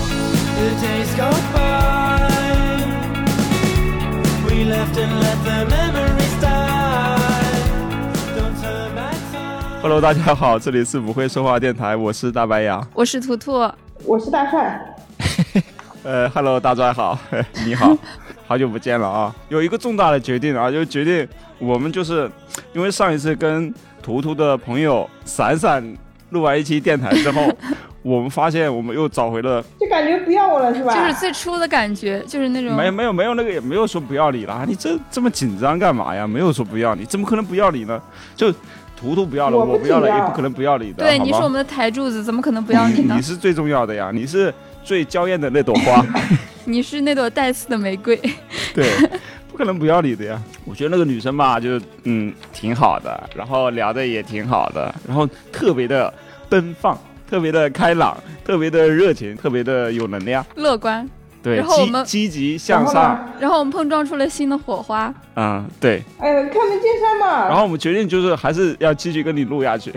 the days go by. We left and let the memories die. Don't turn back time. Hello，大家好，这里是不会说话电台，我是大白牙。我是图图，我是大帅，呃，Hello，大家好， 你 好，好久不见了啊！有一个重大的决定啊，就决定我们就是因为上一次跟图图的朋友闪闪录完一期电台之 后，我们发现我们又找回了，就感觉不要我了是吧？就是最初的感觉，就是那种没没有没有那个也没有说不要你啦，你这这么紧张干嘛呀？没有说不要你，怎么可能不要你呢？就图图不要了，我我不不要了，紧也张不可能不要你的，对好你是吗我们的台柱子，怎么可能不要你呢你？是最重要的呀，你是最娇艳的那朵花。你是那朵带刺的玫瑰， 对，不可能不要你的呀。我觉得那个女生吧，就嗯挺好的，然后聊的也挺好的，然后特别的奔放，特别的开朗，特别的热情，特别的有能量，乐观。对，然后我们积积极然向后上，呢？然后我们碰撞出了新的火花，嗯，对。哎呀，开门见山啊嘛。然后我们决定就是还是要继续跟你录下去，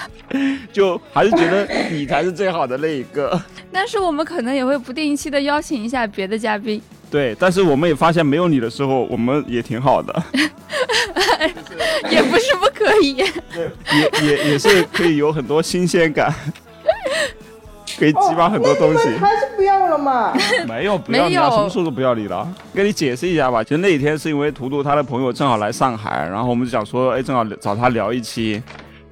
就还是觉得你才是最好的那一个。 但是我们可能也会不定期的邀请一下别的嘉宾， 对，但是我们也发现没有你的时候，我们也挺好的，也不是不可以。也也也是可以有很多新鲜感，可以哦激发很多东西。那你们还是不要我 了嘛？没有不要你啊，没有什么时候都不要你了。跟你解释一下吧，其实那几天是因为图图他的朋友正好来上海，然后我们就想说，哎，正好找他聊一期。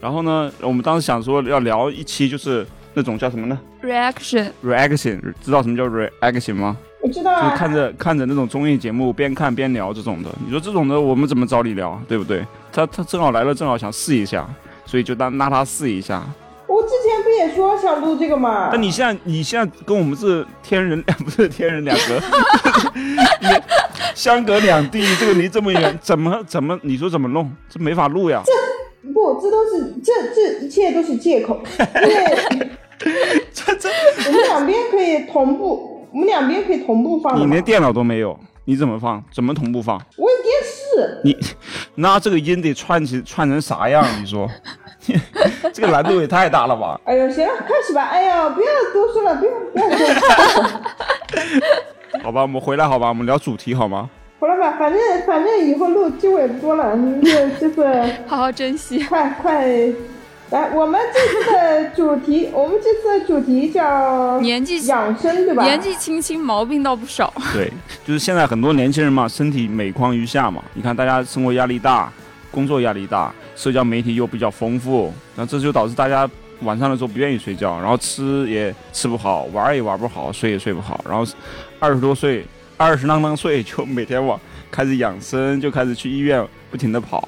然后呢，我们当时想说要聊一期就是那种叫什么呢 Reaction， ？reaction，知道什么叫 reaction 吗？我知道就是啊，看着看着那种综艺节目边看边聊这种的。你说这种的我们怎么找你聊啊，对不对？他他正好来了，正好想试一下，所以就当拉他试一下。我之前不也说想录这个嘛？但你现在你现在跟我们是天人 不是天人两隔，你相隔两地，这个离这么远，怎么怎么你说怎么弄？这没法录呀，不，这都是这这一切都是 借口，因为这这我们两边可以同步，我们两边可以同步放你的嘛连。电脑都没有，你怎么放？怎么同步放？我有电视，你那这个音得串起串成啥样？你说 这个难度也太大了吧？哎呦，行了，开始吧。哎呀，不要多说了，不要不要说了，好吧，我们回来好吧，我们聊主题好吗？好了吧，反正反正以后录机会也不多了，就就是。好好珍惜。快快，来，我们这次的主题，我们这次的主题叫年纪养生，对吧？年纪轻轻毛病倒不少， 对，就是现在很多年轻人嘛，身体每况愈下嘛。你看大家生活压力大，工作压力大，社交媒体又比较丰富，那这就导致大家晚上的时候不愿意睡觉，然后吃也吃不好，玩儿也玩不好，睡也睡不好，然后二十多岁，二十啷当岁就每天往开始养生，就开始去医院不停的跑。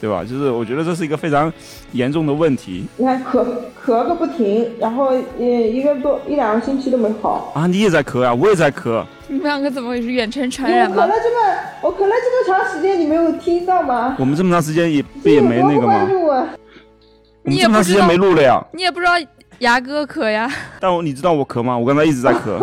对吧？就是我觉得这是一个非常严重的问题你看咳咳个不停，然后呃一个多一两个星期都没好。啊！你也在咳啊，我也在咳，你们两个怎么回事？远程我传染咳吗了？这么，我咳了这么长时间，你没有听到吗？我们这么长时间也不也没你那个有多不吗关？注我，我们这么长时间没录了呀。你也不知道牙哥咳呀，但我你知道我咳吗？我刚才一直在咳，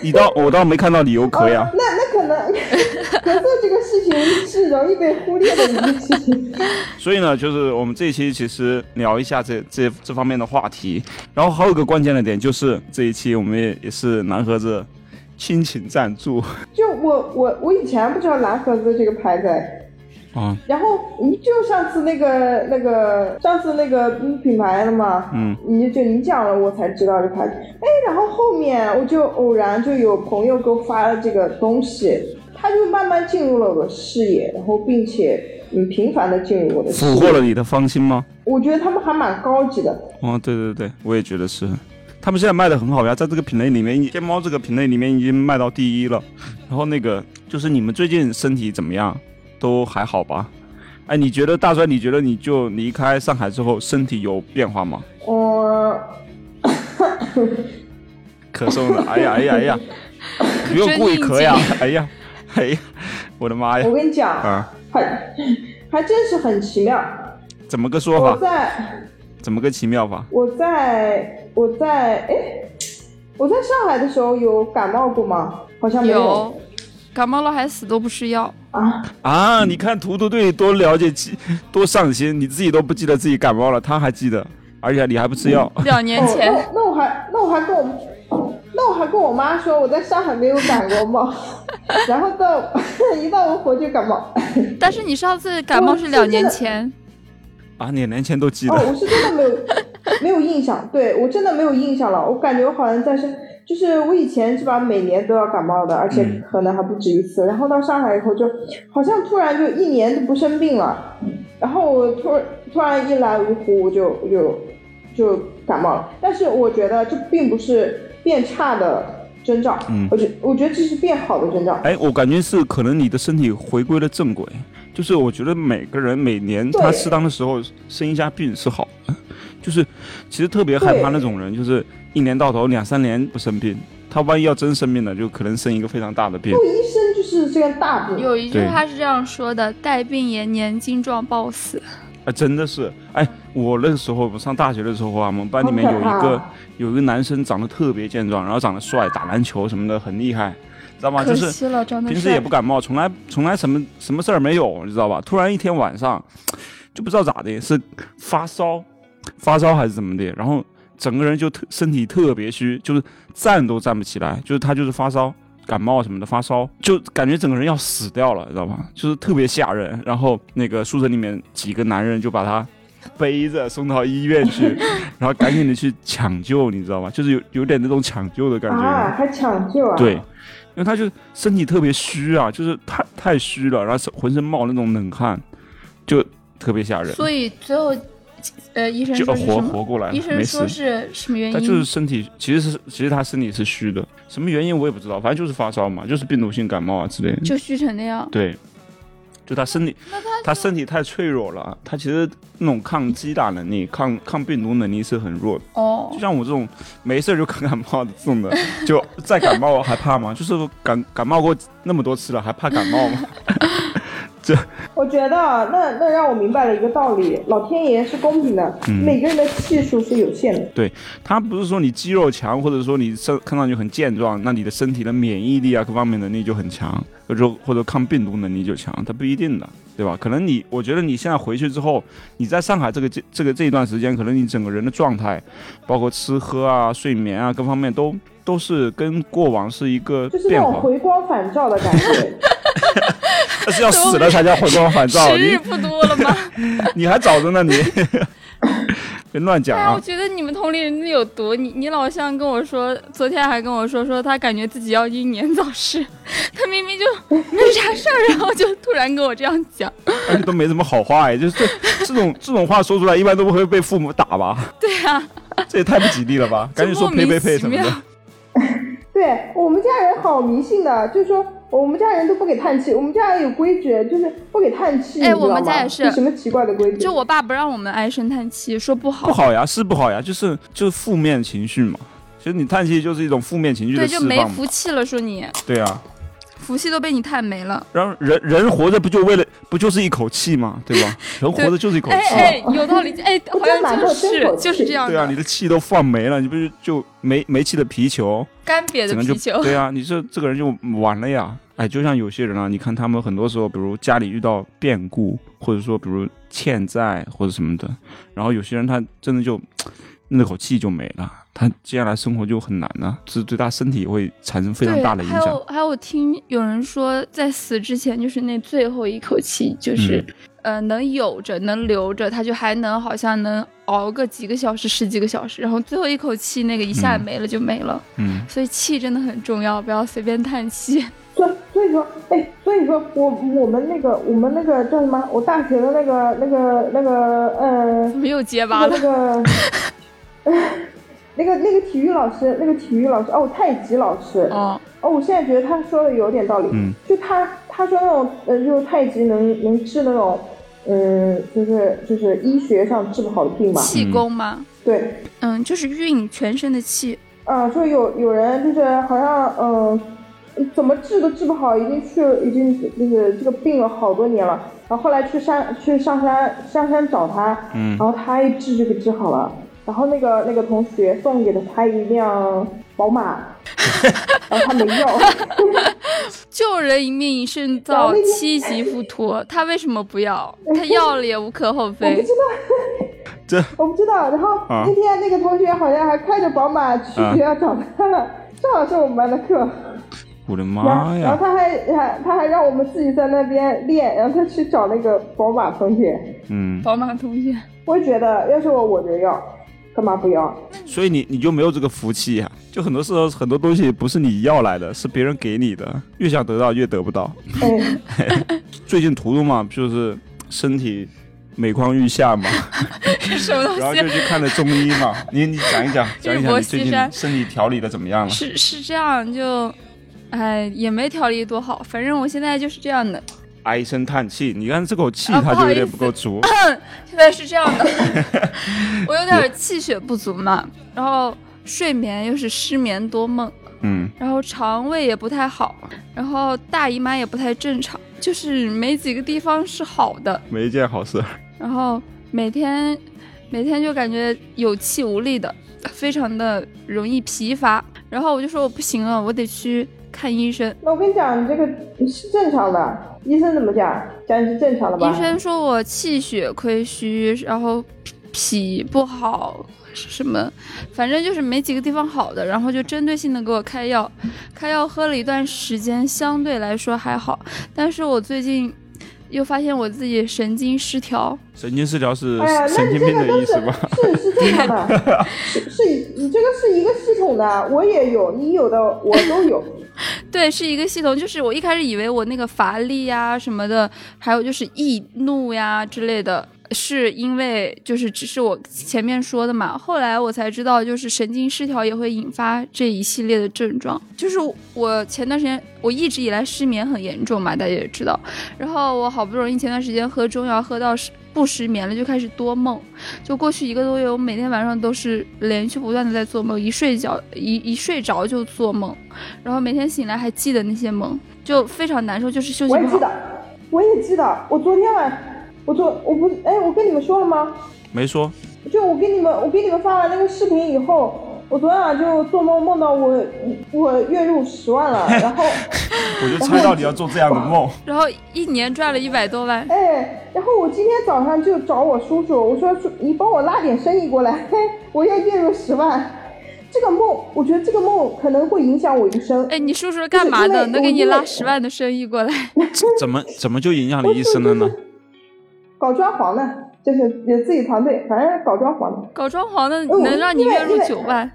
你倒我倒没看到理由咳呀哦。那那可能 咳嗽这个事情是容易被忽略的一件事情。所以呢，就是我们这一期其实聊一下这这这方面的话题，然后还有一个关键的点就是这一期我们也也是南河子亲情赞助就我我我以前不知道蓝盒子这个牌子，哎啊，然后你就上次那个那个上次那个嗯品牌了嘛，嗯，你就你讲了我才知道这牌子，哎，然后后面我就偶然就有朋友给我发了这个东西，他就慢慢进入了我的视野，然后并且嗯频繁的进入我的视俘获野，了你的芳心吗？我觉得他们还蛮高级的，哦，对对对，我也觉得是。他们现在卖的很好呀，在这个品类里面，天猫这个品类里面已经卖到第一了。然后那个就是你们最近身体怎么样？都还好吧？哎，你觉得大帅？你觉得你就离开上海之后，身体有变化吗？嗯，咳嗽呢？哎呀哎呀哎呀，不用故意咳呀！哎呀哎呀，我的妈呀我！跟你讲，啊，还 还真是很奇妙，怎么个说我法？在。怎么个奇妙法？我在我在哎，我在上海的时候有感冒过吗？好像没有感冒了还死都不吃药。啊。啊！你看图图对你多了解，记多上心，你自己都不记得自己感冒了，他还记得，而且你还不吃药。两年哦，前，那那我还那我还跟我那我还跟我妈说我在上海没有感 过冒，然后到 一到文活就感冒。但是你上次感冒是两年前，啊，两年前都记哦，得，我是真的没有没有印象，对我真的没有印象了。我感觉我好像在是，就是我以前是吧，每年都要感冒的，而且嗯可能还不止一次。然后到上海以后就，好像突然就一年都不生病了。然后我突突然一来芜湖，我就我就就感冒了。但是我觉得这并不是变差的征兆，嗯我觉我觉得这是变好的征兆。哎，我感觉是可能你的身体回归了正轨，就是我觉得每个人每年对他适当的时候生一下病是好的，就是其实特别害怕对那种人，就是一年到头两三年不生病，他万一要真生病了，就可能生一个非常大的病不，。医生就是这个大病，有一句对话是这样说的：“带病延年，精壮暴死。啊，真的是，哎，我那个时候我上大学的时候啊，我们班里面好有可一怕个啊有一个男生长得特别健壮，然后长得帅，打篮球什么的很厉害，知道吗？就可是惜了，张德平时也帅不。感冒，从来从来什么什么事儿没有，你知道吧？突然一天晚上，就不知道咋的，是发烧，发烧还是怎么的，然后整个人就特身体特别虚，就是站都站不起来，就是他就是发烧。感冒什么的，发烧就感觉整个人要死掉了，知道吧？就是特别吓人。然后那个宿舍里面几个男人就把他背着送到医院去，然后赶紧的去抢救，你知道吧？就是有有点那种抢救的感觉。啊，还抢救啊？对，因为他就身体特别虚啊，就是太太虚了，然后手浑身冒那种冷汗，就特别吓人，所以最后，呃，医生就说呃是什活么？活过来了，医没生事说。是什么原因？他就是身体，其实是其实他身体是虚的，什么原因我也不知道，反正就是发烧嘛，就是病毒性感冒啊之类的。就虚成那样。对，就他身体，他身体太脆弱了，啊他其实那种抗击打能力、抗抗病毒能力是很弱的。哦就，像我这种没事儿就感感冒的这种的，就再感冒还怕吗？就是感感冒过那么多次了，还怕感冒吗？ 我觉得啊那那让我明白了一个道理，老天爷是公平的，嗯每个人的技术是有限的。它不是说你肌肉强，或者说你身看上去很健壮，那你的身体的免疫力啊各方面能力就很强，或者说或者抗病毒能力就强，它不一定的，对吧？可能你，我觉得你现在回去之后，你在上海这个这这个这一段时间，可能你整个人的状态，包括吃喝啊、睡眠啊各方面都都是跟过往是一个就是那变种化，回光返照的 感觉，但 是要死了才叫回光返照，时你日不多了 吗？你还早着呢，你 别乱讲哎呀，啊我！觉得你们同龄人有毒。你你老像跟我说，昨天还跟我说说他感觉自己要英年早逝， 他明明就没啥事儿，然后就突然跟我这样讲。而且都没什么好话哎，就是这这种这种话说出来，一般都不会被父母打吧？对啊，这也太不吉利了吧？赶紧说就莫呸名呸呸其什么妙的。对我们家人好迷信的，就是说我们家人都不给叹气，我们家人有规矩，就是不给叹气，哎你知道吗我们家也是这什么奇怪的规矩？就我爸不让我们唉声叹气，说不好，不好呀，是不好呀，就是就是负面情绪嘛。其实你叹气就是一种负面情绪对，的就释没放嘛。福气了，说你对啊，福气都被你叹没了。然后人人活着不就为了不就是一口气嘛，对 吧？人活着就是一口气哎嘛。哎，有道理，哎，好像就是就是这样对啊，的你，的气都放没了，你不是就没没气的皮球，干瘪的整个皮就球。对啊，你这这个人就完了呀。哎，就像有些人啊，你看他们很多时候，比如家里遇到变故，或者说比如欠债或者什么的，然后有些人他真的就那口气就没了，他接下来生活就很难了、这对他身体会产生非常大的影还响。有还有，听有人说，在死之前就是那最后一口气，就是、嗯呃能有着能留着，他就还能好像能熬个几个小时、十几个小时，然后最后一口气那个一下嗯没了就没了。嗯，所以气真的很重要，不要随便叹气。 所以所以说，哎，所以说我我们那个我们那个叫什么？我大学的那个那个那个呃，没有结巴那了个，那个那个体育老师，那个体育老师哦，太极老师哦，哦，我现在觉得他说的有点道理。嗯，就他他说那种呃，就是太极能能治那种嗯，就是就是医学上治不好的病嘛。气功吗？对，嗯，就是运全身的气。啊，说有有人就是好像嗯、怎么治都治不好，已经去已经就是这个病了好多年了。然后后来去山去上山上山找他，嗯然后他一治就给治好了。然后那个那个同学送给了他一辆宝 马，然后他没要。救人一命胜然造后那天七级浮屠，他为什么不 要？他要了也无可厚我不非知。道，这我不知道。然后啊那天那个同学好像还开着宝马去啊学校找他了，道上我们班的课，我的然后妈然后呀！他还还他还让我们自己在那边练，然后他去找那个宝马同学，嗯，宝马同 学，我就觉得要是我我就要，干嘛不要？所以你你就没有这个福气呀、就很多时候很多东西不是你要来的，是别人给你的，越想得到越得不到。 哎，最近图图嘛，就是身体每况愈下嘛，什么 然后东就去西？看了中医嘛。你你讲一 讲，讲一日讲薄你最西近山身体调理的怎么样了？是是这样，就，哎，也没调理多好，反正我现在就是这样的，唉一声叹气，你看这口气啊它不就好有意点思不够足。现在是这样 的，我有点气血不足嘛，然后睡眠又是失眠多梦， 嗯，然后肠胃也不太好，然后大姨妈也不太正常，就是没几个地方是好的，没一件好事。然后每天每天就感觉有气无力的， 非常的容易疲乏。然后我就说我不行了，我得去看医生。那我跟你讲，你这个是正常的，医生怎么讲？讲你是正常的吧？医生说我气血亏虚，然后脾不好，什么，反正就是没几个地方好的，然后就针对性的给我开药，开药喝了一段时间，相对来说还好，但是我最近又发现我自己神经失调，神经失调是哎呀，那神你经这病个的都意是思吧？是是正 常的，是是，你这个是一个系统的，我也有，你有的我都有。对，是一个系统，就是我一开始以为我那个乏力呀什么的，还有就是易怒呀之类的。是因为就是只是我前面说的嘛，后来我才知道，就是神经失调也会引发这一系列的症状。就是我前段时间我一直以来失眠很严重嘛，大家也知道。然后我好不容易前段时间喝中药喝到失不失眠了，就开始多梦。就过去一个多月，我每天晚上都是连续不断的在做梦，一睡觉一一睡着就做梦。然后每天醒来还记得那些梦，就非常难受，就是休息我也不记好得。，我也记得，我昨天晚，我昨我不哎，我跟你们说了吗？没说，就我给你们，我给你们发完那个视频以后，我昨天晚上就做梦梦到我我月入十万 了，然后我就猜到你要做这样的 梦。然后一年赚了一百多万，哎，然后我今天早上就找我叔叔，我说叔，你帮我拉点生意过来， 我要月入十万。这个梦，我觉得这个梦可能会影响我一生。哎，你叔叔干嘛的？因为能给你因为拉十万的生意过来？怎么怎么就影响你一生了呢？搞装潢的，就是有自己团队，反正搞装潢的。搞装潢的我能让你因为月入哦因为九万，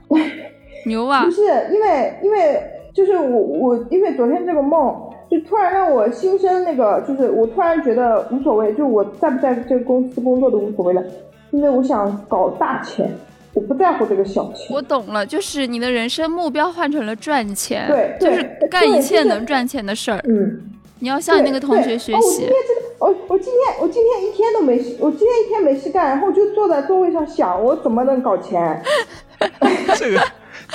牛啊不！是因为，因为就是我我因为昨天这个梦，就突然让我心生那个，就是我突然觉得无所谓，就我在不在这个公司工作都无所谓了，因为我想搞大钱，我不在乎这个小钱。我懂了，就是你的人生目标换成了赚钱，对就对是干对一切就是能赚钱的事儿。嗯，你要向那个同学对学对习。哦，我今天真的，我我今天我今天一天都没事，我今天一天没事干，然后我就坐在座位上想，我怎么能搞钱？ 这个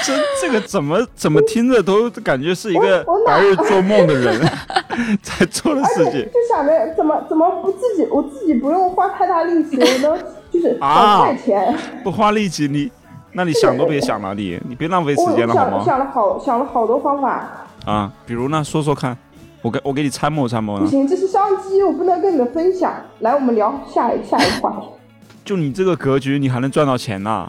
这这个怎么怎么听着都感觉是一个我我哪白日做梦的 人在做的事而且情。就想着怎么怎么不自己，我自己不用花太大力气，我能 就是啊搞快钱。不花力气，你那你想都别想了，你你别浪费时我间了好想吗？想了好想了好多方法，啊，比如呢，说说看，我给我给你参谋参谋不呢。行，这是商机，我不能跟你们分享。来，我们聊下一下一话题。就你这个格局，你还能赚到钱 呐、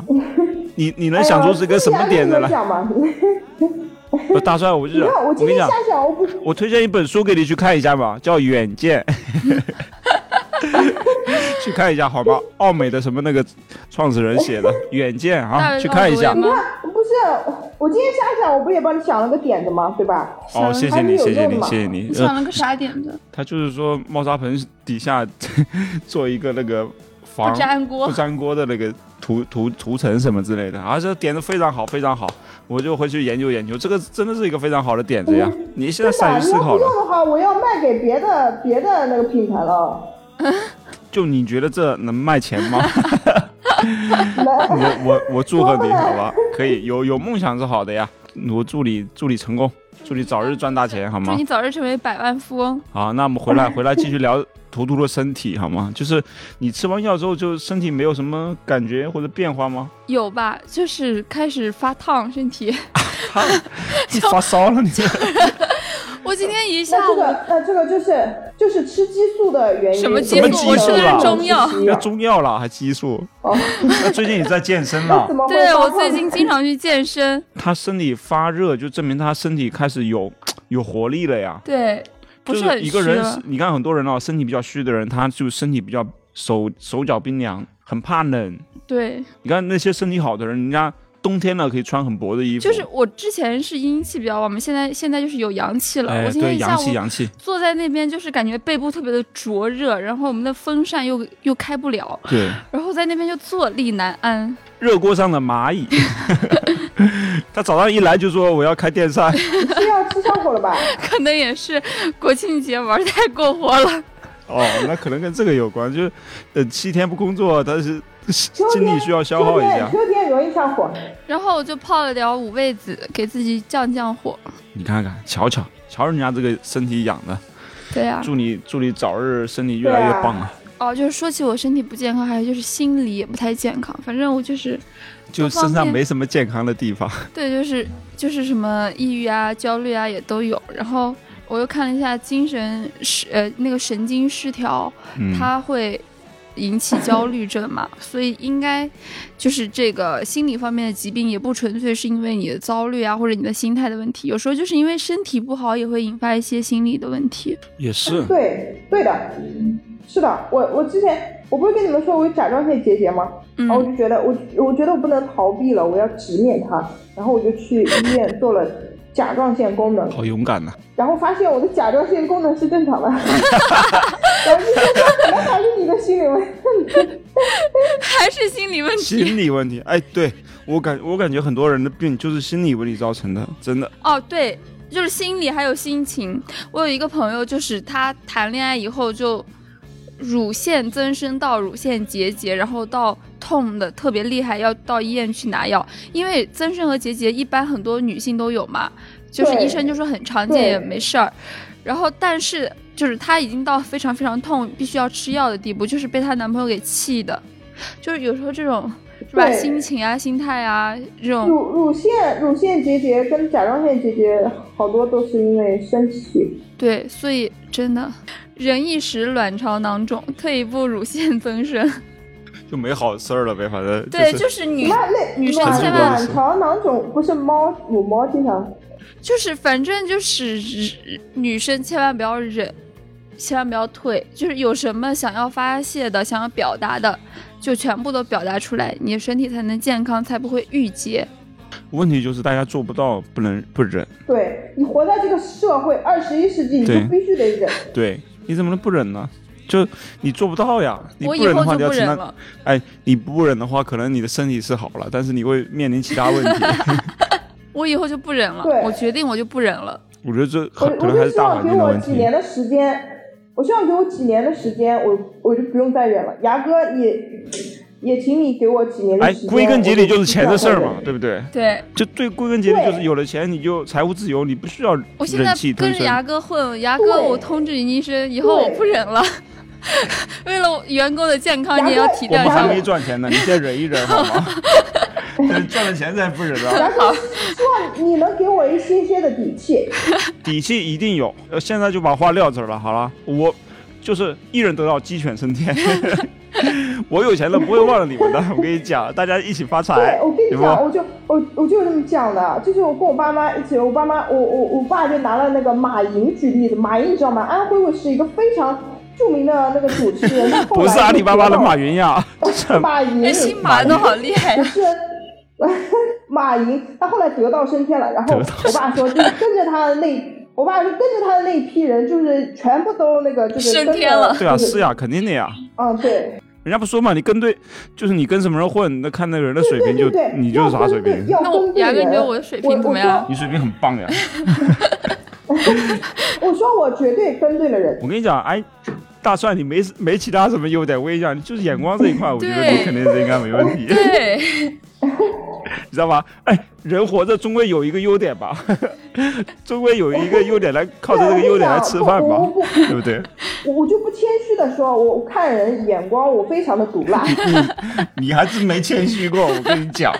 你你能哎呀想出是个什么点子哎我来自？己还跟你们讲嘛呃大帅，我就你 想，看我我今跟你讲天瞎，想，我不我推荐一本书给你去看一下吧，叫《远见》， 去看一下好吗？奥美的什么那个创始人 写的《远见》大啊，卫去看一下鲍。勃你看，不是我今天瞎想，我不也帮你想了个点子吗？对吧？哦，谢谢你，谢谢你，谢谢你你。呃想了个啥点子？他就是说猫砂盆底下 做一个那个防不粘锅呃不。粘锅的那个涂涂涂层什么之类的，啊，这点子非常好，非常好，我就回去研究研究，这个真的是一个非常好的点子呀！你现在对吧？善于思你要考不了用，的话，我要卖给别的别的那个品牌 了。就你觉得这能卖钱吗？来，我我我祝贺你，我好吧？可以，有有梦想是好的呀，我祝你祝你成功，祝你早日赚大钱，好祝吗你？早日成为百万富翁。好，那我们回来回来继续聊 图图的身体，好吗？就是你吃完药之后，就身体没有什么感觉或者变化吗？有吧？就是开始发烫，身体。 他你发烧了你？我今天一下那这午个那这个就是就是吃激素的原因。什么素激什么激素我啊吃的是中药吃西要中药了还激素？啊哦，那最近你在健身那啊了 怎？么会对发我胖最呢近经常去健身，他身体发热就证明他身体开始有有活力了呀。对，不就是很一个人虚啊是了，你看很多人哦，身体比较虚的人，他就身体比较手手脚冰凉，很怕冷。对，你看那些身体好的人，人家冬天了可以穿很薄的衣服，就是我之前是阴气比较旺，我们现在现在就是有阳气了。哎，我今天对，一下阳午气阳气，坐在那边，就是感觉背部特别的灼热，然后我们的风扇又又开不了，对，然后在那边就坐立难安。热锅上的蚂蚁。 他早上一来就说我要开电扇， 是要吃上火了吧？可能也是国庆节玩太过火了，哦，那可能跟这个有关，就是呃七天不工作，他是精力需要消秋耗一天下。秋天容易上火，然后我就泡了点五味子给自己降降火。你看看，瞧瞧瞧人家这个身体养的，对呀、祝你祝你早日身体越来越对啊棒啊！哦，就是说起我身体不健康，还有就是心理也不太健康，反正我就是就各方身上面没什么健康的地方。对，就是就是什么抑郁啊、焦虑啊也都有。然后我又看了一下精神失呃那个神经失调，嗯，它会引起焦虑症嘛，所以应该就是这个心理方面的疾病也不纯粹是因为你的焦虑啊或者你的心态的问题，有时候就是因为身体不好也会引发一些心理的问题。 也是，对对的，嗯是的。我我之前我不是跟你们说我有甲状腺结节吗？嗯然后我就觉得我我觉得我不能逃避了，我要直面它。然后我就去医院做了甲状腺功能，好勇敢 呐、然后发现我的甲状腺功能是正常的。 然后医生说可能还是你的心理问题。还是心理问题心理问题，哎，对我感我感觉很多人的病就是心理问题造成的，真的。哦，对，就是心理还有心情。我有一个朋友，就是他谈恋爱以后就乳腺增生到乳腺结节然后到痛的特别厉害，要到医院去拿药。因为增生和结节一般很多女性都有嘛，就是对医生就说很常见也对没事儿。然后但是就是她已经到非常非常痛，必须要吃药的地步，就是被她男朋友给气的，就是有时候这种。是吧？对心情啊，心态啊，这种乳乳腺乳腺结节跟甲状腺结节好多都是因为生气。对，所以真的，忍一时卵巢囊肿，退一步乳腺增生。就没好事儿了呗，反正对，是就是女，那那女生卵千万卵巢囊肿不是猫母猫经常就是反正就是日女生千万不要忍，千万不要退，就是有什么想要发泄的、想要表达的，就全部都表达出来，你的身体才能健康，才不会郁结。问题就是大家做不到，不能不忍。对你活在这个社会，二十一世纪你就对必须得忍。对，你怎么能不忍呢？就你做不到呀，你我不以忍的后话，就你要不承忍担。了。哎，你不忍的话，可能你的身体是好了，但是你会面临其他问题。我以后就不忍了对，我决定我就不忍了。我觉得这我 可可我能还就是希大望环给境的我问几题。年的时间，我希望给我几年的时间，我我就不用再忍了。牙哥也也请你给我几年的哎时间。，归根结底就是钱的事儿我嘛就，对不对？对就最归根结底就是对有了钱你就财务自由，你不需要我现在忍气吞跟着声。牙哥混，牙哥对我通知你一声，以后我不忍 了。为了员工的健康，你也要体我谅们一还下。没赚钱呢，你先忍一忍好 吗？等赚了钱再不忍了。想想。牙哥，希望你能给我一些些的底气。底气一定有，呃，现在就把话撂这儿了，好了，我就是一人得道鸡犬升 天。我有钱了不会忘了你们的，我跟你讲，大家一起发财对，我跟，对你不？讲，我就我我就这么讲的，就是我跟我爸妈一起，我爸妈我我我爸就拿了那个马云举例子，马云你知道吗？安徽卫视一个非常著名的那个主持人，他后不来是就阿里巴巴的得到马云呀， 马云，哎，姓马的好厉害不呀！是 马云，他后来得道升天了。然后我爸说，就是跟着他的那，我爸就跟着他的那一批人，就是全部都那个，就是升跟着天了对啊，就是呀，肯定的呀。嗯，对，人家不说嘛，你跟对，就是你跟什么人混，那看那个人的水对平就对对，你就是啥水平。要那我跟对雅哥，人你觉得我的水平怎么样？？你水平很棒呀！我我说我说我绝对跟对了人，我跟你讲，哎，大帅你没没其他什么优点，我跟你讲，就是眼光这一块，我觉得你对肯定是应该没问题，你对，知道吧？哎，人活着终归有一个优点吧， 终归有一个优点来靠着这个优点来吃饭吧我，不对不对？我我就不谦虚的说，我我看 人眼光我非常的毒辣。 你还是没谦虚过，我跟你讲，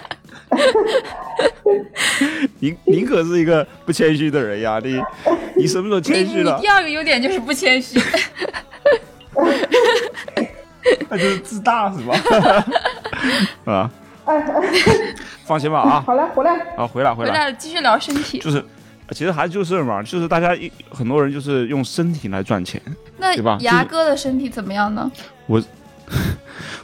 您您可是一个不谦虚的人呀，你你什么时候你谦虚你了第？二个优点就是不谦虚，那就是自大是 吧？啊，哎，哎 放心吧啊好了，回来。啊，回来回回来，来了继续聊身体。就是其实还就是嘛，就是大家一很多人就是用身体来赚钱，那对吧牙就是哥的身体怎么样呢？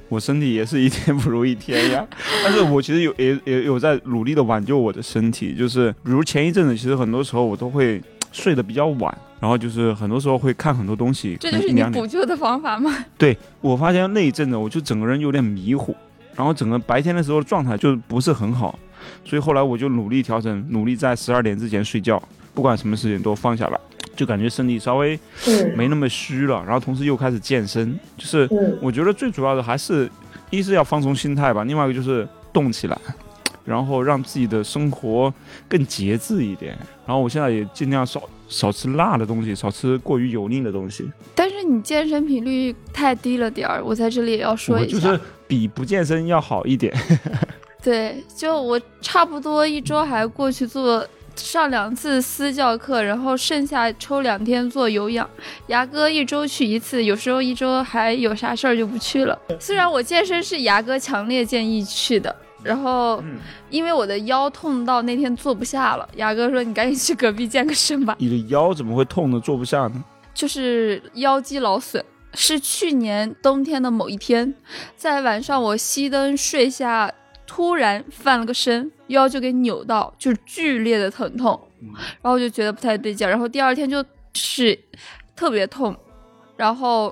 我身体也是一天不如一天呀，但是我其实有也也有在努力的挽救我的身体，就是比如前一阵子，其实很多时候我都会睡得比较晚，然后就是很多时候会看很多东西，这可就能是一你两点补救的方法吗？ 对我发现那一阵子，我就整个人有点迷糊，然后整个白天的时候状态就不是很好，所以后来我就努力调整，努力在十二点之前睡觉，不管什么事情都放下来，就感觉身体稍微嗯没那么虚了，然后同时又开始健身，就是嗯我觉得最主要的还是一是要放松心态吧，另外一个就是动起来。然后让自己的生活更节制一点，然后我现在也尽量少少吃辣的东西，少吃过于油腻的东西。但是你健身频率太低了点儿，我在这里也要说我一下。就是比不健身要好一 点。对，就我差不多一周还过去做上两次私教课，然后剩下抽两天做有氧。牙哥一周去一次，有时候一周还有啥事儿就不去了。虽然我健身是牙哥强烈建议去的。然后，因为我的腰痛到那天坐不下了，牙哥说：“你赶紧去隔壁健个身吧。”你的腰怎么会痛的坐不下呢？就是腰肌劳损，是去年冬天的某一天，在晚上我熄灯睡下，突然翻了个身，腰就给扭到，就是剧烈的疼痛，然后我就觉得不太对劲儿，然后第二天就是特别痛，然后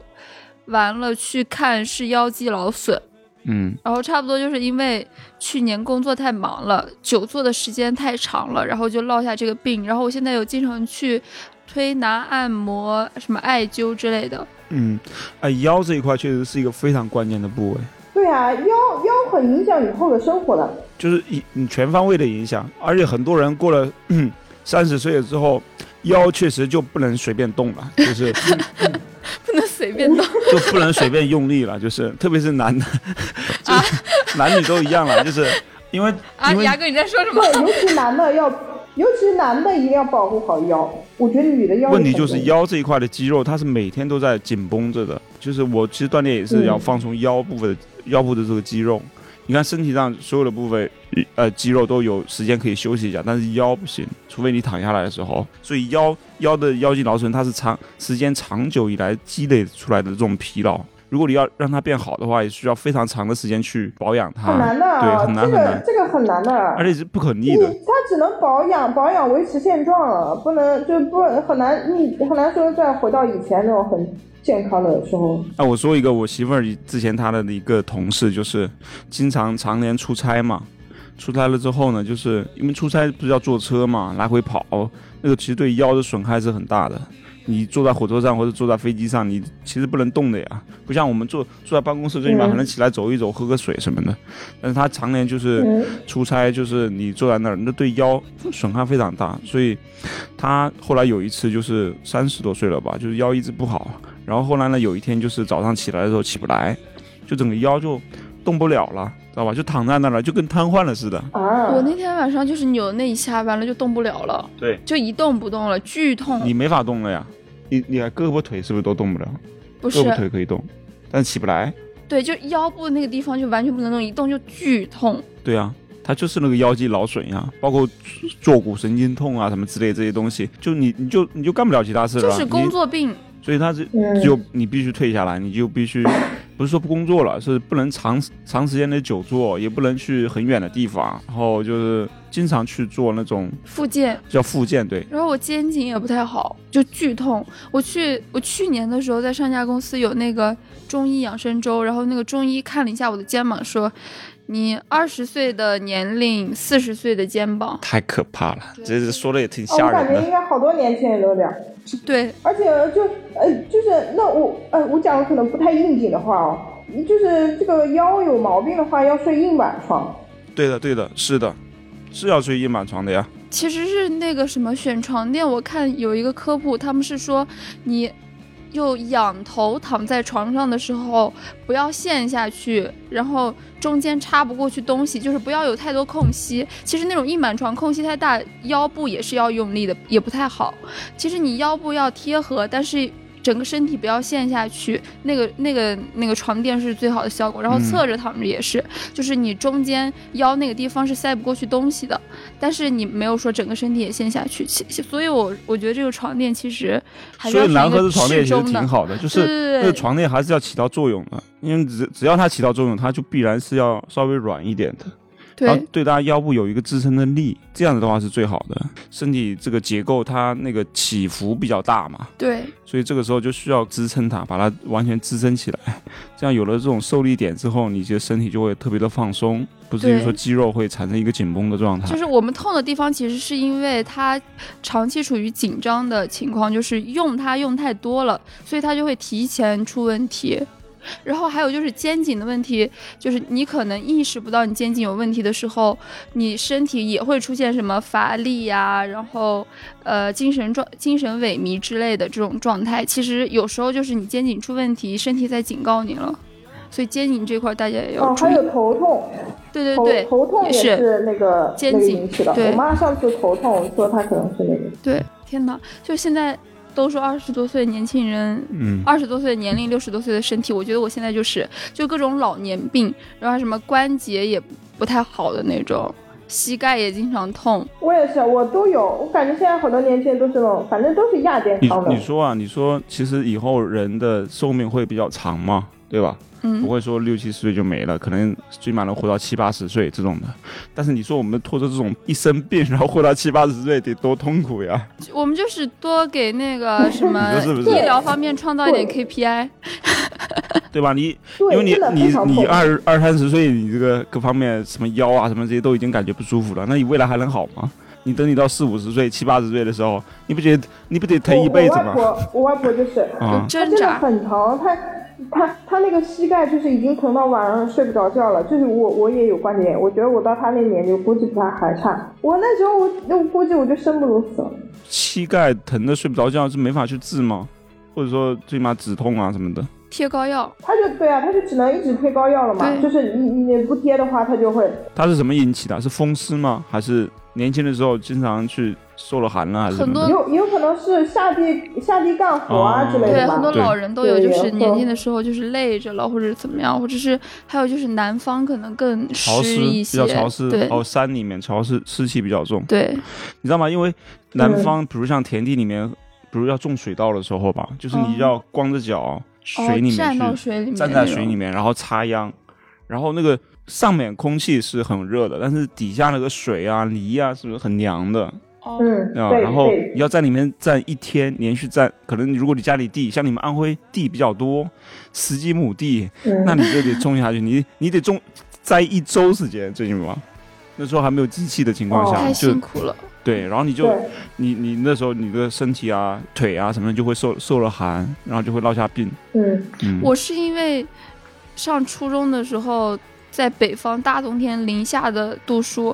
完了去看是腰肌劳损。嗯，然后差不多就是因为去年工作太忙了，久坐的时间太长了，然后就落下这个病。然后我现在有经常去推拿、按摩、什么艾灸之类的。 嗯，哎，腰这一块确实是一个非常关键的部位，对啊，腰腰很影响以后的生活的。就是一你全方位的影响，而且很多人过了 三十岁了之后，腰确实就不能随便动 了，就是不能随便动， 就不能随便用力了，就是特别是男的， 就是男女都一样了，就是因为啊！因为牙哥，你在说什么？ 对，尤其男的要，尤其男的一定要保护好腰。我觉得女的腰问也题很就是重要。腰这一块的肌肉，它是每天都在紧绷着的。就是我其实锻炼也是嗯要放松腰部分的、腰部的这个肌肉。你看身体上所有的部位，呃，肌肉都有时间可以休息一下，但是腰不行，除非你躺下来的时候。所以腰腰的腰肌劳损，它是长时间长久以来积累出来的这种疲劳。如果你要让它变好的话，也需要非常长的时间去保养它，很难的啊，对，很难很这个难，这个很难的啊。而且是不可逆你的。他只能保养，保养维持现状了，不能就不很难，你很难说再回到以前那种很健康的时候。啊，我说一个，我媳妇儿之前她的一个同事，就是经常常年出差嘛，出差了之后呢，就是因为出差不是要坐车嘛，来回跑，那个其实对腰的损害是很大的。你坐在火车上或者坐在飞机上，你其实不能动的呀，不像我们坐坐在办公室最起码嗯还能起来走一走、喝个水什么的。但是她常年就是嗯，出差就是你坐在那儿，那对腰损害非常大，所以他后来有一次就是三十多岁了吧，就是腰一直不好，然后后来呢有一天就是早上起来的时候起不来，就整个腰就动不了了，知道吧？就躺在那儿了，就跟瘫痪了似的。啊， 我那天晚上就是扭那一下，完了就动不了了，对，就一动不动了，剧痛你。没法动了呀，你你还胳膊腿是不是都动不了？不胳膊是，腿可以动，但起不来。对，就腰部那个地方就完全不能动，一动就剧痛。对啊，他就是那个腰肌劳损呀、包括坐骨神经痛啊什么之类这些东西，就你你就你就干不了其他事了，就是你工作病，所以他是嗯只有你必须退下来，你就必须不是说不工作了，是不能长长时间的久坐，也不能去很远的地方，然后就是经常去做那种复健。叫复健，对，然后我肩颈也不太好，就剧痛。我去我去年的时候在上家公司有那个中医养生周，然后那个中医看了一下我的肩膀，说你二十岁的年龄，四十岁的肩膀。太可怕了，对这是说的也挺哦我吓感人啊觉应的。该好多年轻人都这样，对，而且就呃就是那我呃我讲的可能不太应景的话哦，就是这个腰有毛病的话要睡硬板床，对的，对的，是的，是要睡硬板床的呀。其实是那个什么选床垫，我看有一个科普，他们是说你又仰头躺在床上的时候，不要陷下去，然后中间插不过去东西，就是不要有太多空隙。其实那种一满床空隙太大，腰部也是要用力的，也不太好。其实你腰部要贴合，但是。整个身体不要陷下去，那个、那个、那个床垫是最好的效果。然后嗯侧着躺着也是，就是你中间腰那个地方是塞不过去东西的，但是你没有说整个身体也陷下去，其所以我我觉得这个床垫其实还是所要以南选河一个的床垫适其实中挺的，好的，就对是对那对，个床垫还是要起到作用的，因为只只要它起到作用，它就必然是要稍微软一点的，然后对对大家腰部有一个支撑的力，这样子的话是最好的。身体这个结构它那个起伏比较大嘛，对所以这个时候就需要支撑它，把它完全支撑起来。这样有了这种受力点之后，你的身体就会特别的放松，不至于对说肌肉会产生一个紧绷的状就态。是我们痛的地方，其实是因为它长期处于紧张的情况，就是用它用太多了，所以它就会提前出问题。然后还有就是肩颈的问题，就是你可能意识不到你肩颈有问题的时候，你身体也会出现什么乏力呀、然后呃精神状精神萎靡之类的这种状态。其实有时候就是你肩颈出问题，身体在警告你了。所以肩颈这块大家也要哦，注还意。有头痛，对对对，头头痛也也是是那个肩那个颈引起的。对我妈上次头痛说她可能是那个。对，天哪！就现在都说二十多岁年轻人，嗯，二十多岁的年龄，六十多岁的身体，我觉得我现在就是就各种老年病，然后什么关节也不太好的那种，膝盖也经常痛。我也是，我都有。我感觉现在好多年轻人都是那种，反正都是亚健你康的。你说啊，你说其实以后人的寿命会比较长嘛，对吧？不嗯，会说六七十岁就没了，可能最满能活到七八十岁这种的。但是你说我们拖着这种一生病，然后活到七八十岁，得多痛苦呀！我们就是多给那个什么不是不是医疗方面创造一点 KPI。对吧？你对，因为你真的非你常你痛二二三十岁，你这个各方面什么腰啊什么这些都已经感觉不舒服了，那你未来还能好吗？你等你到四五十岁、七八十岁的时候，你不觉得你不得疼一辈子吗我？我外婆，我外婆就是，啊她真的很疼，她她她那个膝盖就是已经疼到晚上睡不着觉了。就是我我也有关节炎，我觉得我到她那年龄估计比她还差。我那时候我我估计我就生不如死了。膝盖疼的睡不着觉，是没法去治吗？或者说最起码止痛啊什么的？贴膏药，她就对啊，她就只能一直贴膏药了嘛。对就是你你你不贴的话，她就会它是什么引起的？是风湿吗？还是年轻的时候经常去受了寒了？还是什么的很多有也有可能是下地下地干活啊哦之类对，的很多吧。对老人都有，对就是然后年轻的时候就是累着了，或者怎么样，或者是还有就是南方可能更潮湿，一比些，较潮湿。对哦，山里面潮湿，湿气比较重。对，你知道吗？因为南嗯方，比如像田地里面，比如要种水稻的时候吧，就是你嗯要光着脚水里哦、站面到去，水里面，站在水里。面，然后插秧，然后那个上面空气是很热的，但是底下那个水啊、泥啊是很凉的哦，嗯，啊。对然后对你要在里面站一天，连续站，可能如果你家里地像你们安徽地比较多，十几亩地，嗯那你就得种下去，你你得种栽一周时间，最起码那时候还没有机器的情况哦下，太就辛苦了，对，然后你就对。你你那时候你的身体啊、腿啊什么的就会受受了寒，然后就会落下病。嗯，嗯，我是因为上初中的时候，在北方大冬天零下的读书，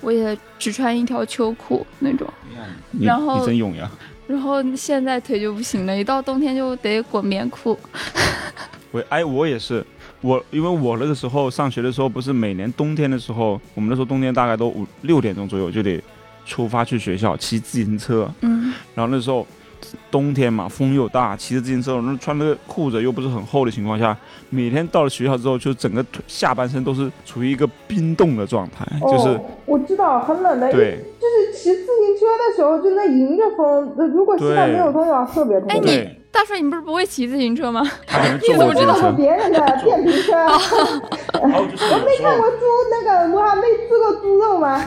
我也只穿一条秋裤那种，你然后你真勇呀！然后现在腿就不行了，一到冬天就得裹棉裤。我哎，我也是，我因为我那个时候上学的时候，不是每年冬天的时候，我们那时候冬天大概都五六点钟左右就得出发去学校，骑自行车。嗯，然后那时候冬天嘛，风又大，骑着自行车，然后穿那个裤子又不是很厚的情况下，每天到了学校之后，就整个腿下半身都是处于一个冰冻的状态，就是、哦、我知道很冷的，对。就是骑自行车的时候，就那迎着风，呃如果膝盖对没有动的话，特别痛。哎，你对大帅，你不是不会骑自行车吗？ 他可能坐你怎过么自知行车道是。别人的电瓶车？哦然后就是有时看候过猪那个，我还没吃过猪肉吗？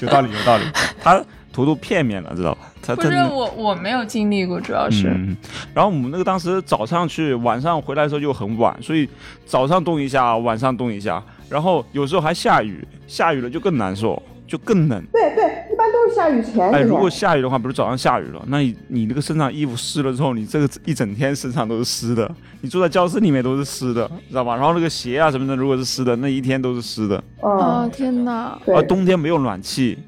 有道理，有道理。他图图片面了，知道吧？他不他是我，我没有经历过，主要是、嗯。然后我们那个当时早上去，晚上回来的时候就很晚，所以早上冻一下，晚上冻一下，然后有时候还下雨，下雨了就更难受，就更冷。对对，一般都是下雨前。哎，是吧如果下雨的话，比如早上下雨了，那你你那个身上衣服湿了之后，你这个一整天身上都是湿的，你坐在教室里面都是湿的，知道吧？然后那个鞋啊什么的，如果是湿的，那一天都是湿的。啊哦，嗯，天哪！对而，冬天没有暖气，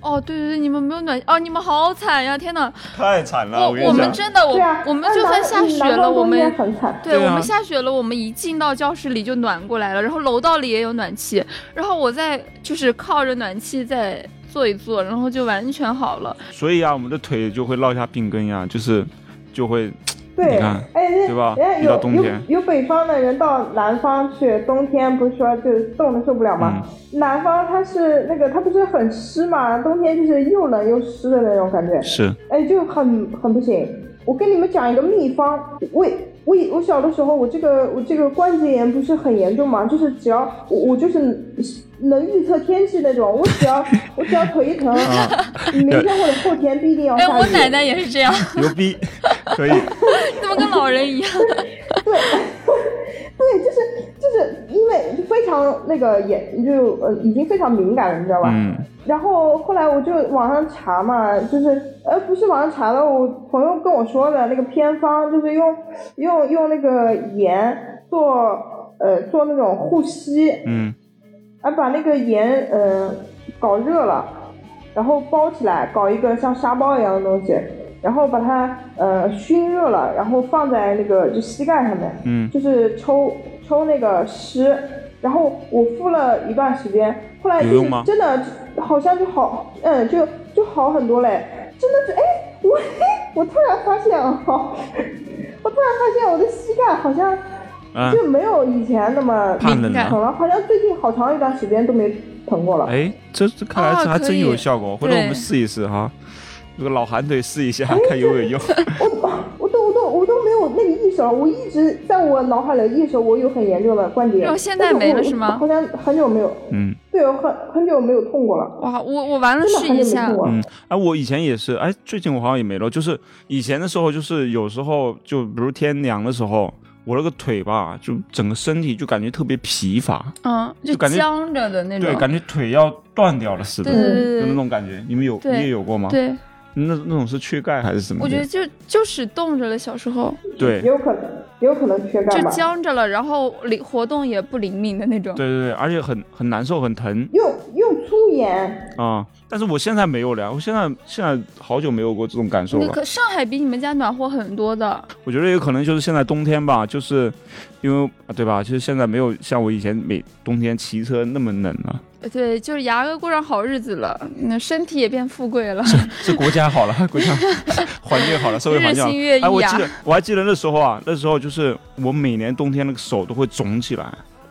哦，对对对，你们没有暖哦，你们好惨呀！天哪，太惨了，啊我跟我你们讲。真的，我对啊，我们那就算南下雪南了，方我冬天们很惨。对对啊我们下雪了，我们一进到教室里就暖过来了，然后楼道里也有暖气，然后我再就是靠着暖气再坐一坐，然后就完全好了。所以啊，我们的腿就会落下病根呀，就是就会对你看，哎，人对吧人一到家冬有有天有北方的人到南方去，冬天不是说就是冻得受不了吗？嗯南方它是那个，它不是很湿嘛，冬天就是又冷又湿的那种感 觉，是哎，就很很不行。我跟你们讲一个秘方，我我我小的时候，我这个我这个关节炎不是很严重嘛，就是只要我我就是能预测天气那种，我只要我只要腿一疼，啊明天或者后天必定要哎，下雨。我奶奶也是这样，牛逼，可以，怎么跟老人一样？对，对，就是就是因为非常那个也就呃已经非常敏感了，你知道吧？嗯，然后后来我就网上查嘛，就是呃不是网上查的，我朋友跟我说的那个偏方，就是用用用那个盐做呃做那种护膝，嗯，啊把那个盐呃搞热了，然后包起来，搞一个像沙包一样的东西，然后把它呃熏热了，然后放在那个就膝盖上面，嗯就是抽抽那个湿，然后我敷了一段时间，后来有就用是吗真的好像就好，嗯，就就好很多嘞，真的是哎，我哎我突然发现啊，我突然发现我的膝盖好像啊，就没有以前那么怕冷啊疼了。了，好像最近好长一段时间都没疼过了。哎，这这看来啊这还可真以有效果，回头我们对试一试哈。这个老寒腿试一 下，看有没有用。我我都我都我都没有那个意识了，我一直在我脑海里意识我有很严重的关节炎，哟现在但没了我是吗好像很久没有，嗯对，我很很久没有痛过了，哇，我我完了真的试一很久没下痛，过了。嗯，哎，我以前也是，哎，最近我好像也没了。就是以前的时候，就是有时候就比如天凉的时候，我那个腿吧，就整个身体就感觉特别疲乏，嗯，就就感觉僵着的那种对，，感觉腿要断掉了似的，对对对就对那对种感觉。你们有你对也有过吗？对，那那种是缺钙还是什么的？我觉得就就是冻着了，小时候对也。有可能也有可能缺钙就吧，僵着了，然后灵活动也不灵敏的那种。对对对，而且很很难受，很疼用用粗盐，啊、但是我现在没有了，我现在现在好久没有过这种感受那了。可上海比你们家暖和很多的，我觉得有可能就是现在冬天吧，就是因为啊对吧？就是现在没有像我以前每冬天骑车那么冷啊了、对，就是牙哥过上好日子了，那身体也变富贵了。这国家 好了，国家环境 好了，社会环境好日新月异了。哎，啊我记得我还记得那时候啊，那时候就是我每年冬天那个手都会肿起来，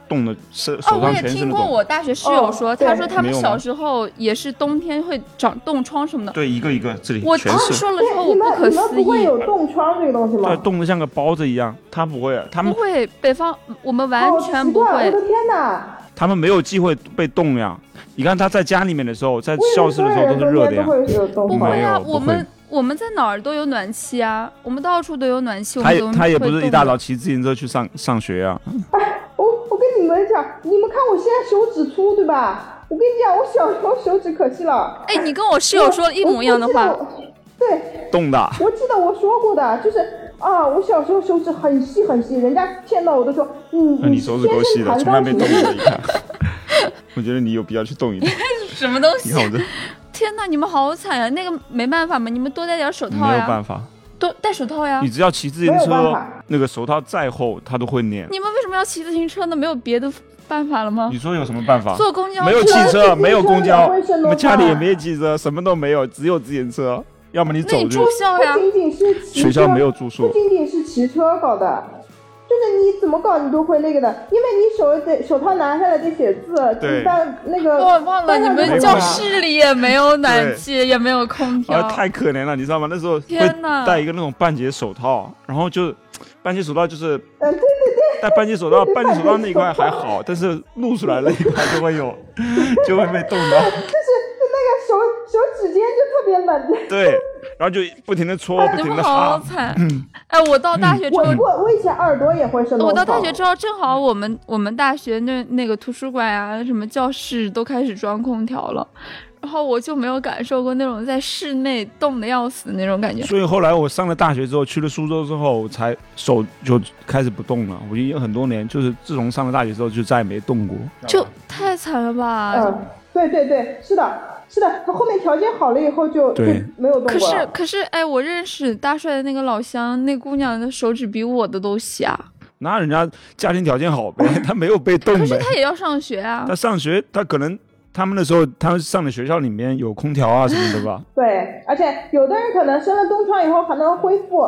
冻的手哦，手我上也全是听那过种。我大学室友说，哦他对说他没们有吗小时候也是冬天会长冻疮什么的。对，一个一个，这里我全当时是，说了之后，对，我你们不可你们思不会议，有冻疮这个东西对，吗？冻得像个包子一样。他们不会，他不们会，北方我们完全不哦好会奇怪我。的天哪！他们没有机会被冻呀。你看他在家里面的时候，在我以为教室的时候都所有是人热的冬天呀都。会有冻不疮会啊，没有我不们会我们在哪儿都有暖气啊，我们到处都有暖气，我他们也都他也不会是一冻大的早骑自行车去上上学啊。我我跟你们讲，你们看我现在手指粗，对吧？我跟你讲，我小时候手指可细了。哎，你跟我室友说一模一样的我话，我记得我对，冻的，我记得我说过的，就是啊，我小时候手指很细很细，人家见到我都说，嗯，那你手指够细的，从来没冻过。你看，我觉得你有必要去 冻一冻。什么东你西看？我这天呐，你们好惨呀、那个没办法嘛，你们多戴点手套没有呀，办法，多戴手套呀你。只要骑自行没有办车法，那个手套再厚，它都会粘。你们为什么要骑自行车呢？没有别的办法了吗你？说有什么办法？坐公交没有车汽车， 车没有公交，也会渗我漏们家里也没吧汽车，什么都没有，只有自行车。要么你那走你就住校呀不？仅仅是骑车，学校没有住宿不仅仅是骑车搞的。就是你怎么搞你都会那个的，因为你手得手套拿下来得写字，对你在那个 我忘了，班你上们就教会啊室里也没有暖对气，也没有空调啊，。太可怜了，你知道吗？那时候天会哪戴一个那种半截手套，然后就半截手套就是嗯，对对对，戴半截手套，半截手套半那截一手块还好，但是露出来那一块就会 有，就会被冻到。就是就那个手手指尖就特别冷。对，然后就不停的搓，不你停们的好哈，惨！哎，我到大学之我后，我我以前耳朵也会生脓我到大学疮之后，正好我们我们大学那那个图书馆啊，什么教室都开始装空调了，然后我就没有感受过那种在室内冻得要死的那种感觉。所以后来我上了大学之后，去了苏州之后，我才手就开始不动了。我已经很多年，就是自从上了大学之后，就再也没动过。就太惨了吧！嗯嗯，对对对，是的，是的，他后面条件好了以后就就对没有动可过是了。。可是，哎，我认识大帅的那个老乡，那姑娘的手指比我的都瞎，那人家家庭条件好呗，他没有被冻可是呗。她也要上学啊他。上学，他可能他们那时候他上的学校里面有空调啊什么的吧对，而且有的人可能生了冻疮以后还能恢复，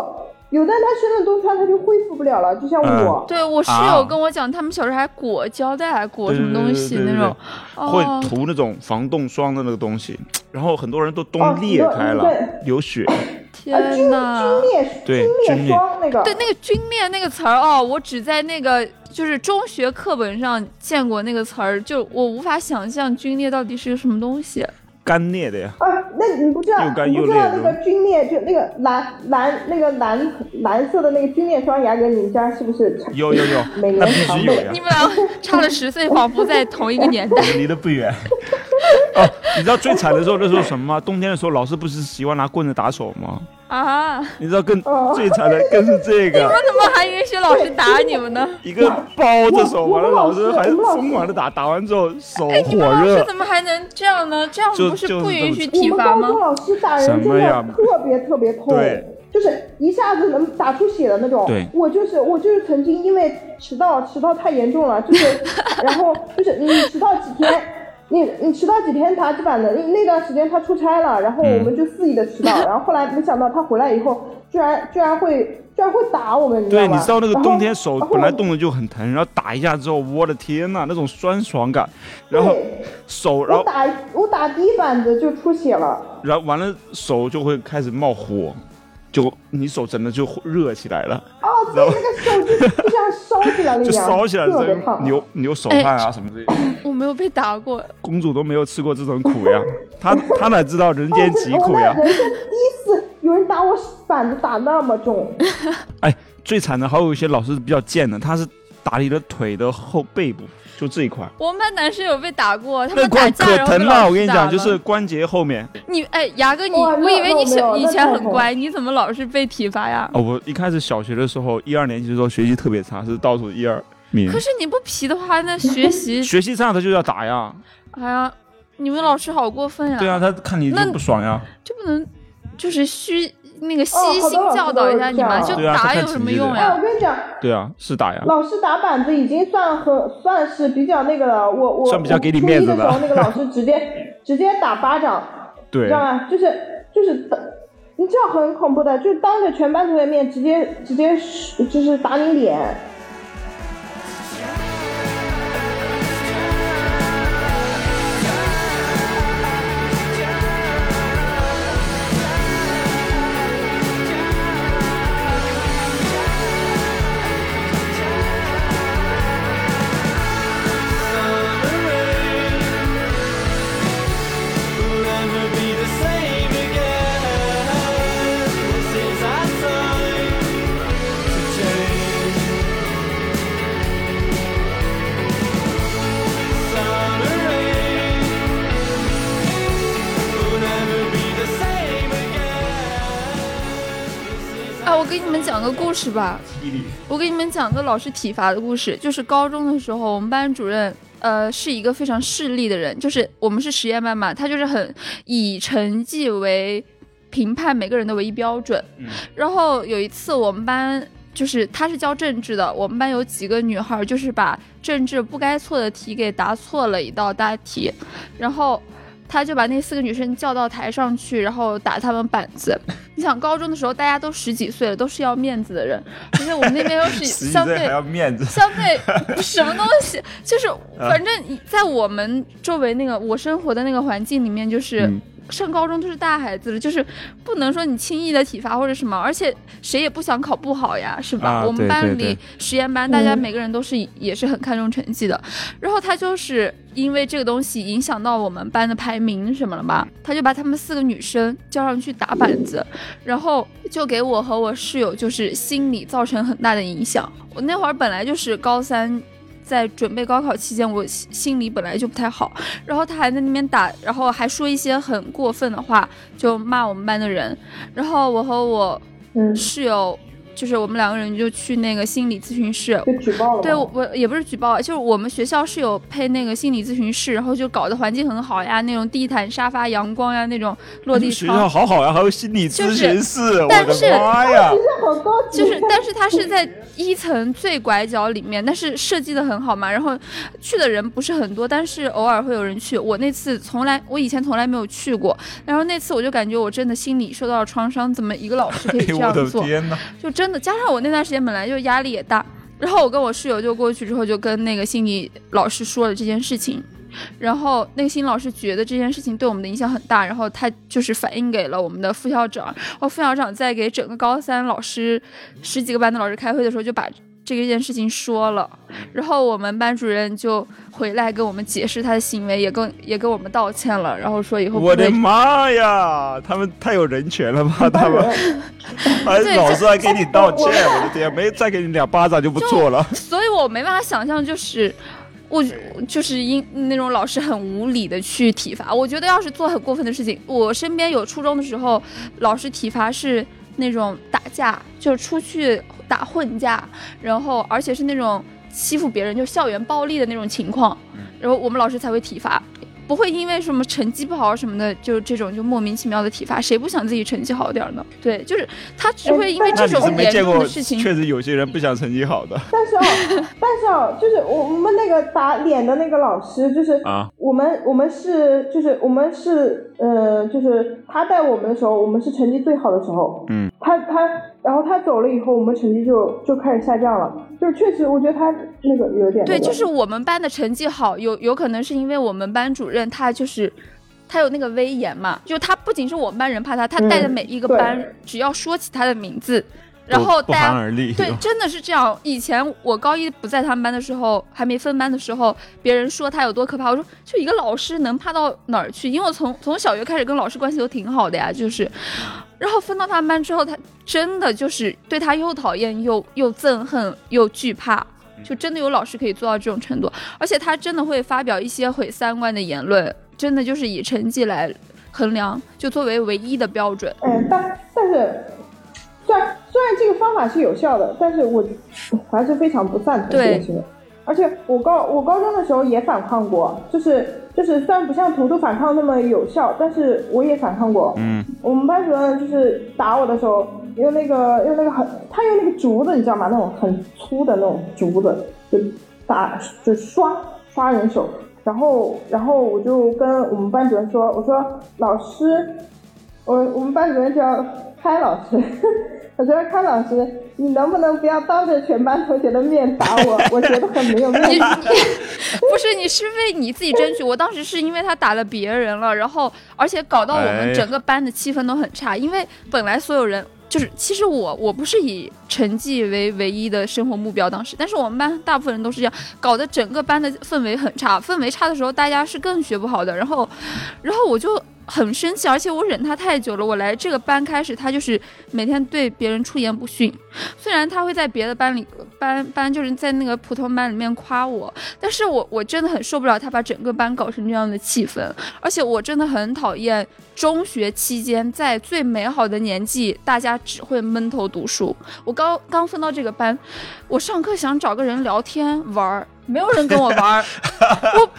有的人他生了冻疮他就恢复不了了，就像嗯我。对我室友啊跟我讲，他们小时候还裹胶带，还裹对什么东西对对那对种，会哦，涂那种防冻霜的那个东西，然后很多人都哦冻裂开了，对流血。呃，天 皲呐！皲裂对皲皲裂裂霜那个，对那个“皲裂”那个词儿哦，我只在那个就是中学课本上见过那个词儿，就我无法想象“皲裂”到底是个什么东西。干裂的呀，啊，那你不知道，又干你不又知道裂那是个吧皲裂，就那个蓝蓝那个蓝蓝色的那个皲裂霜，牙哥，你们家是不是常有有有，每年那必常须有备呀你。们俩差了十岁，仿佛在同一个年代。 离得不远。哦，你知道最惨的时候那时候什么吗？冬天的时候，老师不是喜欢拿棍子打手吗？啊！你知道更哦最惨的更是这个，我怎么还允许老师打你们 呢？一个包着手，我完了我老师我还我疯狂的打，打完之后手你们火老师热。怎么还能这样呢？这样就不是就是不允许这我体们罚高吗中？老师打人什真么的呀特别特别痛对，就是一下子能打出血的那种对。我就是我就是曾经因为迟到，迟到太严重了，就是然后就是你迟到几天。你你迟到几天打几板的？那那段时间他出差了，然后我嗯们就肆意的迟到，然后后来没想到他回来以后，居然居然会居然会打我们，你知道对，吗？你知道那个然后冬天手然后本来我冻的就很疼，然后打一下之后，我的天呐，那种酸爽感，然后对手，然后我打我打第一板子就出血了，然后完了手就会开始冒火，就你手真的就热起来了，哦，对，那个手就就像烧起来了一就样，烧起来特了，别这烫。流流手汗哎啊什么的。我没有被打过，公主都没有吃过这种苦 呀，她她哪知道人间疾苦呀我？那人生第一次有人打我板子打那么重，哎，最惨的还有一些老师比较贱的，他是打你的腿的后背部，就这一块。我们班男生有被打过，他那们打块架可然后被疼啊老师我跟你打讲，就了是关节后面。你哎，牙哥你，哇那我以为你那小没有以前那太很痛乖，你怎么老是被体罚呀？哦，我一开始小学的时候，一二年级的时候学习特别差，是倒数一二名可。是你不皮的话，那学 习学习差他就要打呀，哎呀，你们老师好过分呀！对啊，他看你那就不爽呀，就不能就是虚那个哦悉好多心老师教都导一是下这你嘛，样就对啊他打看有什成么绩的用哎，呀我？跟你讲，对啊，是打呀。老师打板子已经算很算是比较那个了。我我算比较给你我初面子一的时的 候，那个老师直接直接打巴掌，你对知道，吗？就是就是当，你知道很恐怖的，就是当着全班同学面直接直接就是打你脸。哎，我给你们讲个故事吧。我给你们讲个老师体罚的故事，就是高中的时候，我们班主任呃是一个非常势利的人，就是我们是实验班嘛，他就是很以成绩为评判每个人的唯一标准。嗯然后有一次我们班。就是他是教政治的，我们班有几个女孩儿就是把政治不该错的题给答错了一道大题，然后他就把那四个女生叫到台上去，然后打他们板 子。你想高中的时候大家都十几岁了，都是要面子的人，而且我们那边又 十是几相岁对还要面子，嗯相对什么东西， 就是反正在我们周围那个我生活的那个环境里面，就是。嗯上高中都是大孩子了，就是不能说你轻易的体罚或者什么，而且谁也不想考不好呀，是吧？啊我们对班对里对实验班，大家嗯每个人都是、也是很看重成绩的。然后他就是因为这个东西影响到我们班的排名什么了吧，他就把他们四个女生叫上去打板子，然后就给我和我室友就是心理造成很大的影响。我那会儿本来就是高三，在准备高考期间，我心心理本来就不太好，然后他还在那边打，然后还说一些很过分的话，就骂我们班的人，然后我和我嗯，室友就是我们两个人就去那个心理咨询室。就举报了吗。对我我也不是举报，就是我们学校是有配那个心理咨询室，然后就搞得环境很好呀，那种地毯、沙发、阳光呀，那种落地学校窗。好好呀，还有心理咨询室，我但的是妈呀！好高级，就是，但是它是在一层最拐角里面，但是设计的很好嘛。然后去的人不是很多，但是偶尔会有人去。我那次从来，我以前从来没有去过。然后那次我就感觉我真的心里受到了创伤，怎么一个老师可以哎这呦，样我的做？天呐，就真的加上我那段时间本来就压力也大，然后我跟我室友就过去之后就跟那个心理老师说了这件事情，然后那个心理老师觉得这件事情对我们的影响很大，然后他就是反映给了我们的副校长，然后副校长在给整个高三老师十几个班的老师开会的时候就把。这件事情说了，然后我们班主任就回来跟我们解释他的行为，也跟也跟我们道歉了，然后说以后不我会的妈呀！他们太有人权了吧？他 们还对老师还给你道歉，我的天，没再给你两巴掌就不错了。所以我没办法想象，就是我就是因那种老师很无理的去体罚。我觉得要是做很过分的事情，我身边有初中的时候，老师体罚是那种打架，就是出去打混架，然后而且是那种欺负别人，就是校园暴力的那种情况，然后我们老师才会体罚。不会因为什么成绩不好什么的，就这种就莫名其妙的体罚，谁不想自己成绩好点儿呢？对，就是他只会因为哎那这你是种没严见重过，的事情，确实有些人不想成绩好的但是哦，但是哦，就是我们那个打脸的那个老师，就是啊。我们我们是就是我们是呃就是他带我们的时候，我们是成绩最好的时候，嗯，他他然后他走了以后，我们成绩就就开始下降了，就是确实我觉得他那个有点那对，个就是我们班的成绩好，有有可能是因为我们班主任他就是他有那个威严嘛，就他不仅是我们班人怕他，他带的嗯每一个对班，只要说起他的名字，然后不大寒家。而栗。对，真的是这样。以前我高一不在他们班的时候，还没分班的时候，别人说他有多可怕，我说就一个老师能怕到哪儿去？因为我从从小学开始跟老师关系都挺好的呀，就是，然后分到他们班之后，他真的就是对他又讨厌又又憎恨又惧怕，就真的有老师可以做到这种程度，而且他真的会发表一些毁三观的言论，真的就是以成绩来衡量，就作为唯一的标准。嗯，但但是虽然虽然这个方法是有效的，但是我还是非常不赞同这对件事情的。而且我高我高中的时候也反抗过，就是就是虽然不像图图反抗那么有效，但是我也反抗过。嗯，我们班主任就是打我的时候，用那个用那个很，他用那个竹子，你知道吗？那种很粗的那种竹子，就打就刷刷人手。然后，然后我就跟我们班主任说：“我说老师，我我们班主任叫开老师， 我说开老师，你能不能不要当着全班同学的面打我？我觉得很没有面你子。 不是你是为你自己争取。我当时是因为他打了别人了，然后而且搞到我哎们整个班的气氛都很差，因为本来所有人。就是，其实我我不是以成绩为唯一的生活目标，当时，但是我们班大部分人都是这样，搞得整个班的氛围很差，氛围差的时候，大家是更学不好的。然后，然后我就很生气，而且我忍他太久了。我来这个班开始，他就是每天对别人出言不逊，虽然他会在别的班里班班就是在那个普通班里面夸我，但是我我真的很受不了他把整个班搞成这样的气氛，而且我真的很讨厌中学期间在最美好的年纪，大家只会闷头读书。我刚刚分到这个班，我上课想找个人聊天玩儿，没有人跟我玩儿，我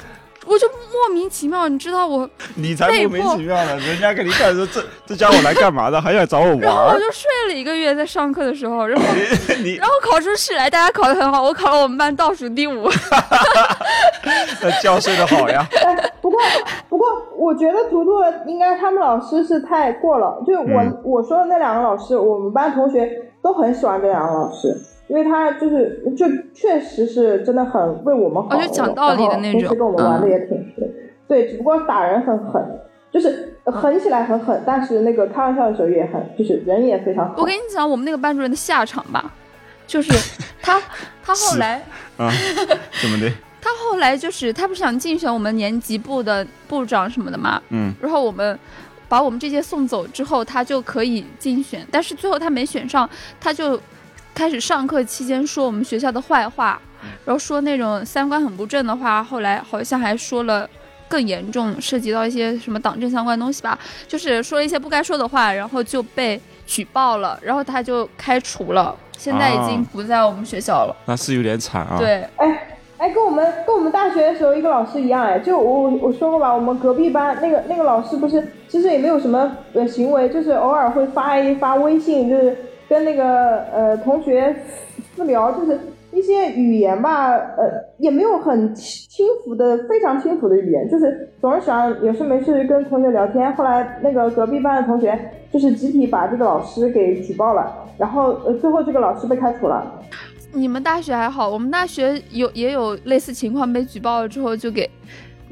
我就莫名其妙，你知道我你才莫名其妙呢，人家给你看说这这家伙来干嘛的，还想找我玩然后我儿？ 就睡了一个月，在上课的时候，然后你然后考出试来，大家考得很好，我考了我们班倒数第五。那觉睡得好呀？ 不过，不过，我觉得图图应该他们老师是太过了。就我、嗯我说的那两个老师，我们班同学都很喜欢这两个老师，因为他就是就确实是真的很为我们好，哦就讲道理的那种然后平时跟我们玩的也挺是，对，只不过打人很狠，就是狠起来很狠，但是那个开玩笑的时候也很，就是人也非常好。我跟你讲，我们那个班主任的下场吧，就是他他后来啊，怎么的？他后来就是他不是想竞选我们年级部的部长什么的嘛，嗯，然后我们把我们这些送走之后，他就可以竞选，但是最后他没选上，他就开始上课期间说我们学校的坏话，嗯然后说那种三观很不正的话，后来好像还说了。更严重，涉及到一些什么党政相关的东西吧，就是说了一些不该说的话，然后就被举报了，然后他就开除了，现在已经啊不在我们学校了。那是有点惨啊。，对，哎哎，跟我们跟我们大学的时候一个老师一样哎，就我我说过吧，我们隔壁班那个那个老师不是，其实也没有什么呃行为，就是偶尔会发一发微信，就是跟那个呃同学私聊，就是一些语言吧，呃也没有很轻轻浮的非常轻浮的语言，就是总是想有事没事跟同学聊天。后来那个隔壁班的同学就是集体把这个老师给举报了，然后呃最后这个老师被开除了。你们大学还好，我们大学有也有类似情况，被举报了之后就给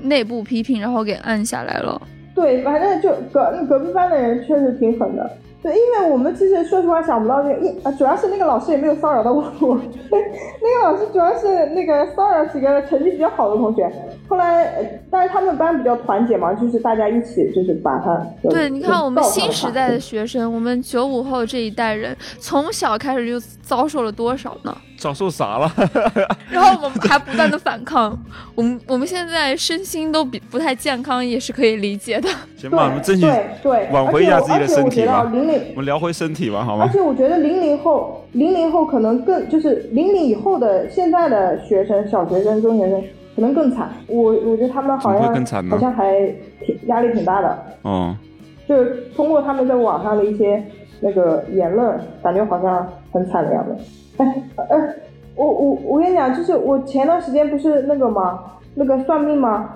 内部批评，然后给摁下来了。对，反正就隔隔壁班的人确实挺狠的。对，因为我们其实说实话想不到这个，一啊，主要是那个老师也没有骚扰到我，我 那个老师主要是那个骚扰几个成绩比较好的同学。后来，呃但是他们班比较团结嘛，就是大家一起就是把他。对，你看我们告他新的时话代的学生，我们九五后这一代人，从小开始就遭受了多少 呢？遭受啥了？然后我们还不断的反抗， 我们我们现在身心都比不太健康，也是可以理 解的。行对吧，我们争取对对，挽回一下自己的身体而且我而且我觉吧得。零零我们聊回身体吧，哦好而吗？且我觉得零零后，零零后可能更就是零零以后的现在的学生，小学生、中学生可能更惨。我我觉得他们好怎么像会更惨呢好像还挺压力挺大的，嗯，呃就是通过他们在网上的一些那个言论，感觉好像很惨的样子。哎，呃，我我我跟你讲，就是我前段时间不是那个吗？那个算命吗？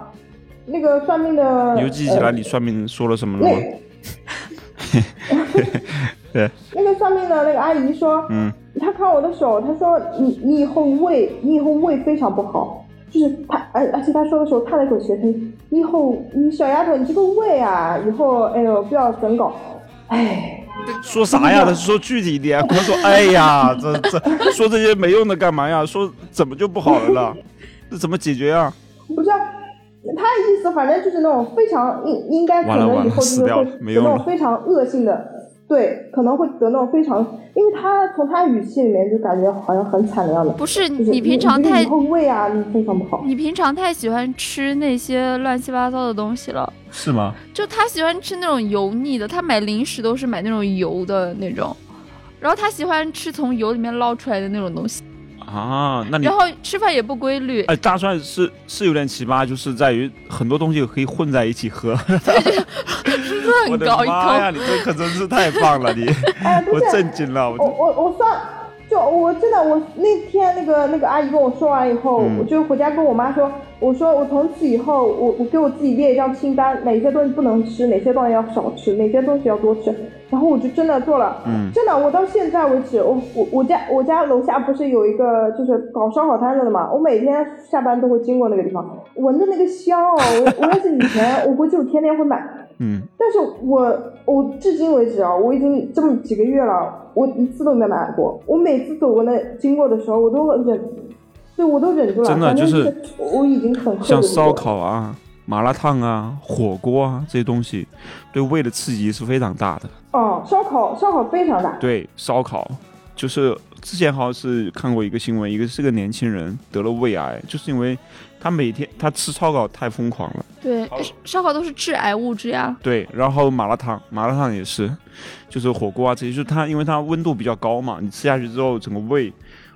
那个算命的你又记起呃来你算命说了什么了吗？那那个算命的那个阿姨说，嗯，她看我的手，她说你你以后胃你以后胃非常不好，就是她而而且她说的时候叹了一口气，她说你以后你小丫头你这个胃啊，以后哎呦不要整搞，哎，说啥呀？他说具体一点，光说哎呀，这这说这些没用的干嘛呀？说怎么就不好了呢？这怎么解决啊呀？不知道。她的意思反正就是那种非常应应该可完了能完以了后就死是掉会了没得那用种了非常恶性的，对，可能会得那种非常，因为她从她语气里面就感觉好像很惨的样子。不是就是你平常你太嗯以后胃啊，你非常不好。你平常太喜欢吃那些乱七八糟的东西了，是吗？就他喜欢吃那种油腻的，他买零食都是买那种油的那种。然后他喜欢吃从油里面捞出来的那种东西，啊，那你然后吃饭也不规律，哎，大蒜是是有点奇葩，就是在于很多东西可以混在一起 喝。哎我乱的搞一妈通呀，。你这可真是太棒了， 你哎，不我是，震惊了，我我这我我算，就我真的我那天那个那个阿姨跟我说完以后，嗯我就回家跟我妈说，我说我从此以后，我我给我自己列一张清单，哪些东西不能吃，哪些东西要少吃，哪些东西要多吃。然后我就真的做了，嗯真的，我到现在为止，我我我家我家楼下不是有一个就是搞烧烤摊子的嘛，我每天下班都会经过那个地方，闻着那个香哦，我我要是以前，我估计我天天会买。嗯，但是我我至今为止啊，我已经这么几个月了，我一次都没买过。我每次走过那经过的时候，我都忍，对我都忍住了。真的反正就是是我已经很克制像住烧了。烤啊、麻辣烫啊、火锅啊这些东西，对胃的刺激是非常大的。哦，烧烤烧烤非常大。对，烧烤就是之前好像是看过一个新闻，一个是个年轻人得了胃癌，就是因为他每天他吃烧烤太疯狂了。对，烧烤都是致癌物质呀。对，然后麻辣烫，麻辣烫也是，就是火锅啊这些，就是它因为它温度比较高嘛，你吃下去之后，整个胃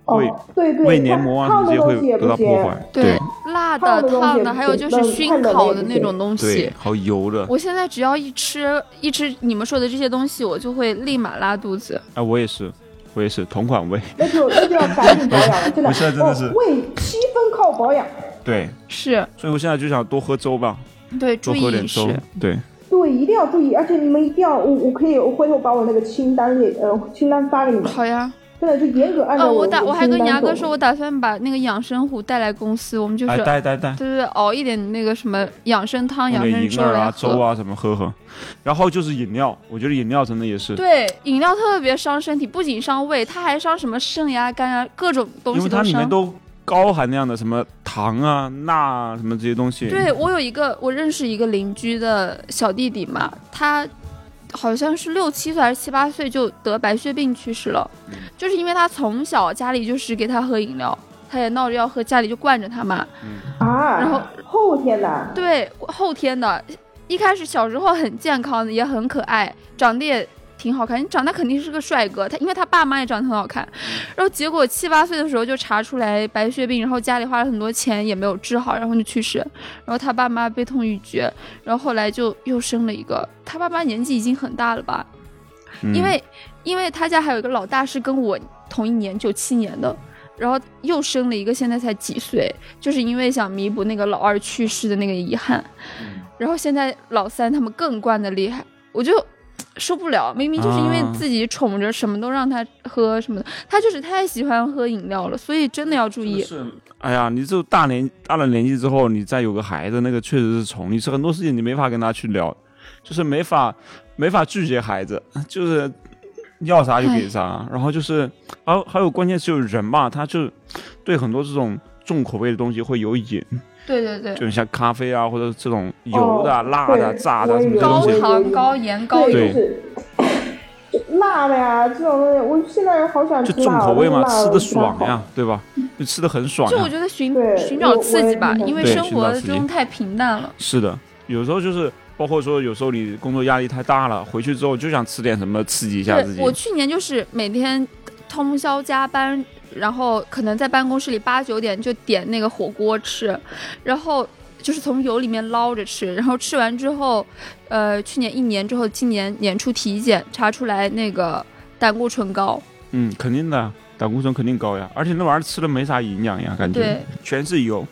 哦胃、，对对，胃黏膜啊什烫么这的些东西会也得不到行。破坏。辣烫的、的东西烫也的，不还有行就是冷熏看冷烤也的不那行种东西对，。好油的。我现在只要一吃一吃你们说的这些东西，我就会立马拉肚子。哎，我也是，我也是同款胃。那就那就要赶紧保养 了，真的。我现在真的哦是胃七分靠保养。对，是所以我现在就想多喝粥吧，对，注多意喝点饮粥食。。对，对，一定要注意，而且你们一定要，我我可以，我回头把我那个清单列，呃，清单发给你们，好呀，真的就严格按照呃，我我的打清单走。我还跟牙哥说，我打算把那个养生壶带来公司，我们就是哎，对带带带，对对，熬一点那个什么养生汤、弄养生点银粥耳来啊、喝粥。啊什么喝喝。然后就是饮料，我觉得饮料真的也是，对，饮料特别伤身体，不仅伤胃，它还伤什么肾呀、肝啊，各种东因为西它里面伤。都高含量的什么糖啊、钠啊什么这些东西。对我有一个，我认识一个邻居的小弟弟嘛，他好像是六七岁还是七八岁就得白血病去世了，嗯就是因为他从小家里就是给他喝饮料，他也闹着要喝，家里就惯着他嘛。啊，然后后天的，对，后天的，一开始小时候很健康，也很可爱，长得也挺好看，你长大肯定是个帅哥。他因为他爸妈也长得很好看，然后结果七八岁的时候就查出来白血病，然后家里花了很多钱也没有治好，然后就去世。然后他爸妈悲痛欲绝，然后后来就又生了一个。他爸妈年纪已经很大了吧？嗯因为因为他家还有一个老大是跟我同一年，九七年的，然后又生了一个，现在才几岁，就是因为想弥补那个老二去世的那个遗憾。然后现在老三他们更惯的厉害，我就受不了。明明就是因为啊自己宠着什么都让他喝什么的，他就是太喜欢喝饮料了，所以真的要注意。是，哎呀，你就大年大了年纪之后，你再有个孩子，那个确实是宠，你是很多事情你没法跟他去聊，就是没法没法拒绝孩子，就是要啥就哎给啥，然后就是还有还有关键就是人嘛，他就对很多这种重口味的东西会有瘾，对对对，就是像咖啡啊或者这种油的、啊辣的、哦对炸的我什也么有的东高西，糖、高盐、高对，油，就是就辣的呀，这种东西，我现在好想就吃重辣，口味嘛，我觉得辣吃的的爽不太呀好。，对吧？就吃的很爽就我呀。觉得寻对寻找刺激吧我我也是这，么因为对生寻找活刺激中太平淡了。是的，有时候就是包括说，有时候你工作压力太大了，回去之后就想吃点什么刺激一下自己对，。我去年就是每天通宵加班，然后可能在办公室里八九点就点那个火锅吃，然后就是从油里面捞着吃，然后吃完之后，呃，去年一年之后，今年年初体检查出来那个胆固醇高，嗯，肯定的，胆固醇肯定高呀，而且那玩意儿吃了没啥营养呀，啊感觉对全是油。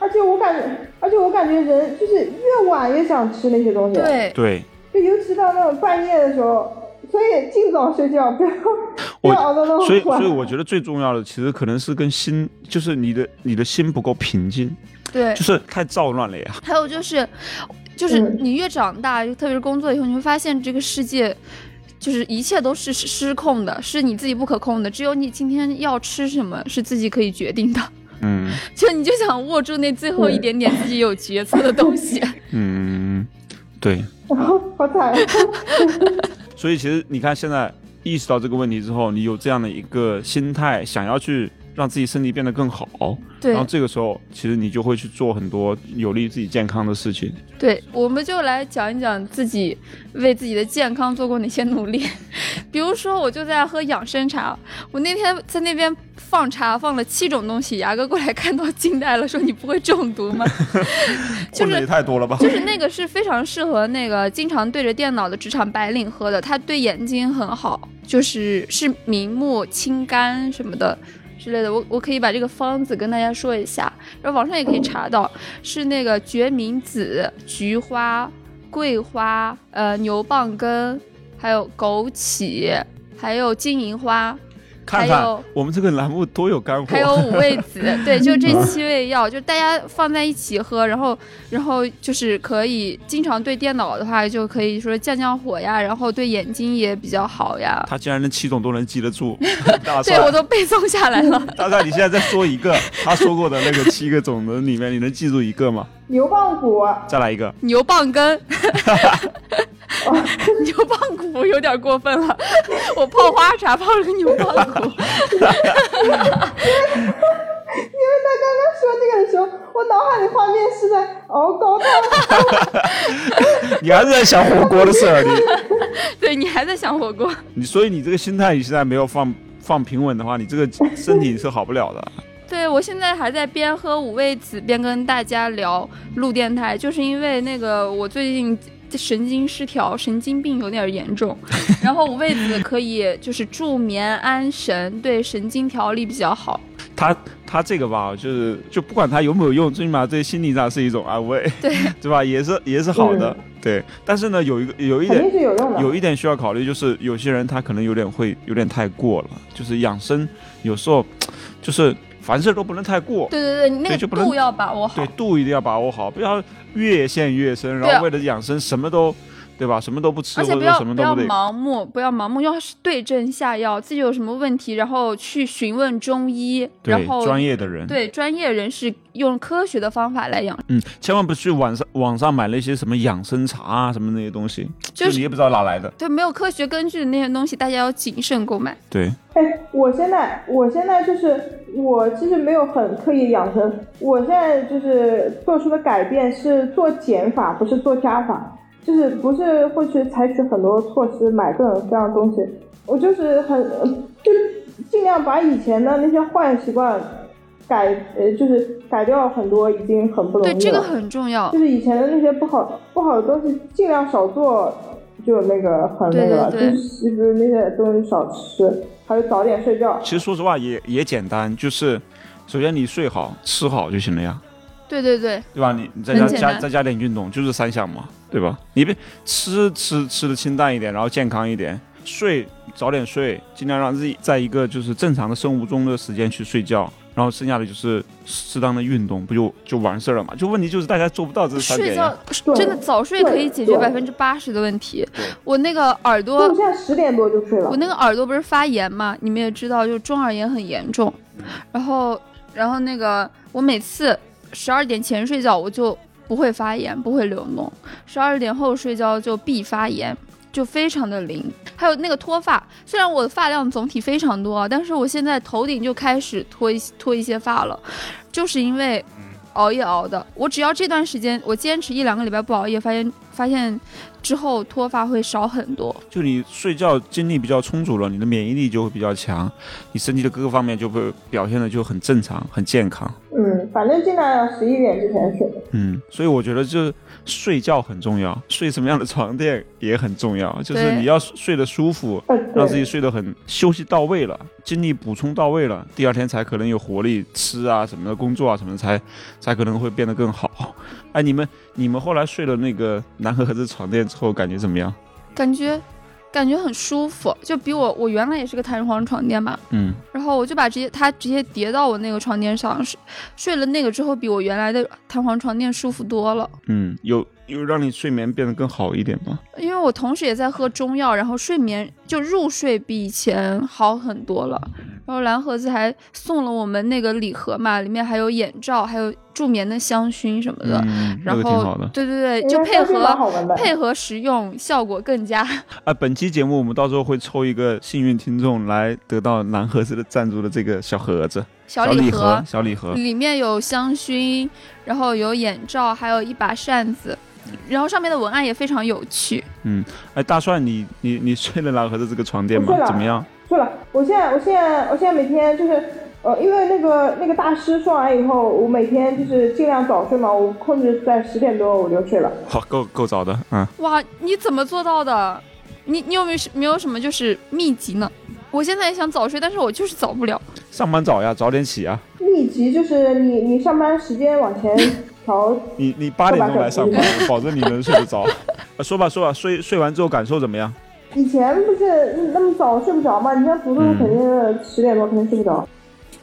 而且我感觉，而且我感觉人就是越晚越想吃那些东西，，啊对，对，就尤其到那种半夜的时候，所以尽早睡觉，不要不我要熬到那么晚。所以所以我觉得最重要的其实可能是跟心，就是你的你的心不够平静，对就，是太躁乱了呀。还有就是，就是嗯你越长大，特别是工作以后，你会发现这个世界。就是一切都是失失控的，是你自己不可控的。只有你今天要吃什么，是自己可以决定的。嗯就你就想握住那最后一点点自己有决策的 东西。嗯，对。然后好惨， 所以其实你看，现在意识到这个问题之后，你有这样的一个心态，想要去让自己身体变得更好，对然后这个时候，其实你就会去做很多有利于自己健康的事情。对，我们就来讲一讲自己为自己的健康做过哪些努力。 比如说，我就在喝养生茶，我那天在那边放茶放了七种东西，牙哥过来看到惊呆了，说你不会中毒吗？就混的是也太多了吧？就是那个是非常适合那个经常对着电脑的职场白领喝的，它对眼睛很好，就是是明目清肝什么的之类的。我我可以把这个方子跟大家说一下，然后网上也可以查到，是那个决明子、菊花、桂花、呃牛蒡根，还有枸杞，还有金银花， 看还看有我们这个栏目多有干货，还有五味子，对，就这七味药，就大家放在一起喝，然后，然后就是可以经常对电脑的话，就可以说降降火呀，然后对眼睛也比较好 呀。他竟然连七种都能记得 住，大对我帅，都背诵下来了，大帅，你现在再说 一个，他说过的那个七个种子里面，你能记住一个吗？牛蒡骨，啊再来一个，牛蒡根，牛蒡骨有点过分了，我泡花茶泡了个牛蒡骨，因为他刚刚说这个的时候，我脑海里画面是在熬高汤，你还是在想火锅的事 儿，你对你还在想火锅。你所以你这个心态你现在没有放放平稳的话，你这个身体是好不了的。对，我现在还在边喝五味子边跟大家聊录电台，就是因为那个我最近神经失调、神经病有点严 重，然后五味子可以就是助眠安神，对神经调理比较 好。他他这个吧，就是就不管他有没有用，最起码对心理上是一种安慰，对对吧？也是也是好的，嗯对。但是呢，有一个有一肯定点是有用的。有一点需要考虑，就是有些人他可能有点会有点太过了，就是养生有时候就是凡事都不能太过，对对对，你那对个就不能度要把握好对。度一定要把握好，不要越陷越深，对然啊后为了养生什么都。对吧？什么都不吃，而或且者不说要什么不都要得。盲目，不要盲目，要是对症下药，自己有什么问题，然后去询问中医，对然后专业的人，对专业人士用科学的方法来养，嗯，千万不去网上网上买那些什么养生茶啊，什么那些东西，就是你也不知道哪来的。对没有科学根据的那些东西，大家要谨慎购买。对，哎，我现在我现在就是我其实没有很刻意养生，我现在就是做出的改变是做减法，不是做加法。就是不是会去采取很多措施买各种各样的东西，我就是很呃就尽量把以前的那些坏习惯改呃就是改掉很多，已经很不容对易了。这个很重要就。是以前的那些不好不好的东西，尽量少做，就那个很那个了，对对对就是比如那些东西少吃，还有早点睡觉。其实说实话也也简单，就是首先你睡好吃好就行了呀，对对对，对吧？你你再很加简加单再加点运动，就是三项嘛，对吧？你别吃吃吃的清淡一点，然后健康一点，睡早点睡，尽量让自己在一个就是正常的生物钟的时间去睡觉。然后剩下的就是适当的运动，不就就完事儿了嘛？就问题就是大家做不到这三点睡呀觉。真的早睡可以解决对百分之八十的问题对。我那个耳所以朵我现在十点多就睡了我。那个耳朵不是发炎嘛，你们也知道，就中耳炎很严重。然后，然后那个我每次十二点前睡觉，我就不会发炎，不会流脓；十二点后睡觉就必发炎，就非常的灵。还有那个脱发，虽然我的发量总体非常多啊，但是我现在头顶就开始脱一脱一些发了，就是因为熬夜熬的。我只要这段时间我坚持一两个礼拜不熬夜，发现发现之后脱发会少很多。就你睡觉精力比较充足了，你的免疫力就会比较强，你身体的各个方面就会表现的就很正常、很健康。嗯，反正尽量要十一点之前睡。嗯，所以我觉得就是睡觉很重要，睡什么样的床垫也很重要，就是对你要睡得舒服，呃，让自己对，睡得很休息到位了，精力补充到位了，第二天才可能有活力，吃啊什么的，工作啊什么的才才可能会变得更好。 哎，你们你们后来睡了那个南和子床垫之后感觉怎么样？感觉感觉很舒服，就比我我原来也是个弹簧床垫嘛，嗯，然后我就把直接它直接叠到我那个床垫上，睡睡了那个之后，比我原来的弹簧床垫舒服多了。嗯，有有让你睡眠变得更好一点吗？因为我同时也在喝中药，然后睡眠就入睡比以前好很多了。然后蓝盒子还送了我们那个礼盒嘛，里面还有眼罩，还有助眠的香薰什么的。嗯，呃那然个挺好后的，。对对嗯对，就配因为香薰蛮好合闻的配合使用，效果更佳。啊，本期节目我们到时候会抽一个幸运听众来得到蓝盒子的赞助的这个小盒子、 小礼盒，小礼盒。里面有香薰，然后有眼罩，还有一把扇子，然后上面的文案也非常有趣。哎，大蒜，你你你睡了蓝盒子这个床垫我吗睡？了啊怎么样？睡了。我现在，我现在，我现在每天就是，呃，因为那个那个大师说完以后，我每天就是尽量早睡嘛，我控制在十点多我就睡了。好，够够早的，嗯。哇，你怎么做到的？你你有没有什没有什么就是秘籍呢？我现在也想早睡，但是我就是早不了。上班早呀，早点起啊！秘籍就是你你上班时间往前调你你八点钟来上班，我保证你能睡得着。啊说吧说吧，睡睡完之后感受怎么样？以前不是那么早睡不着嘛？你像读书嗯肯定是十点多肯定睡不着。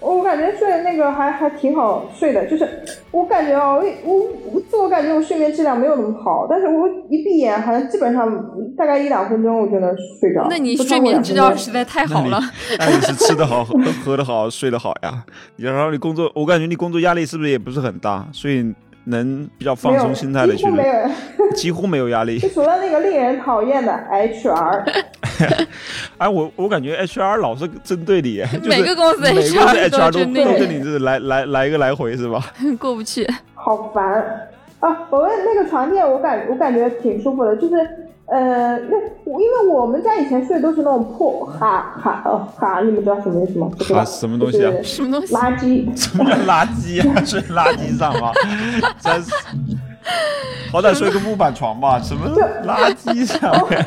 哦我感觉睡那个还还挺好睡的，就是我感觉啊，我我我自我感觉我睡眠质量没有那么好，但是我一闭眼好像基本上大概一两分钟我就能睡着。那你哦不超睡过眠两质分量钟实在太好了。那你是吃得好、喝喝得好、睡得好呀。然后你工作，我感觉你工作压力是不是也不是很大，所以能比较放没有松心态的几去乎，没有，几乎没有 压力就。除了那个令人讨厌的 HR，哎，我我感觉 HR 老是针对 你，就是每个公司每个公司 HR 都 HR 都针对都你跟你这来来来一个来回是 吧？ 过不去。好烦啊！我问那个床垫，我感我感觉挺舒服的，就是。呃，那我因为我们家以前睡的都是那种破哈哈哦哈，你们知道什么意思吗？不知道哈什么东西啊就是什么东西？垃圾，什么叫垃圾啊？睡垃圾上吗？真是，好歹睡个木板床吧，什么垃圾上 面？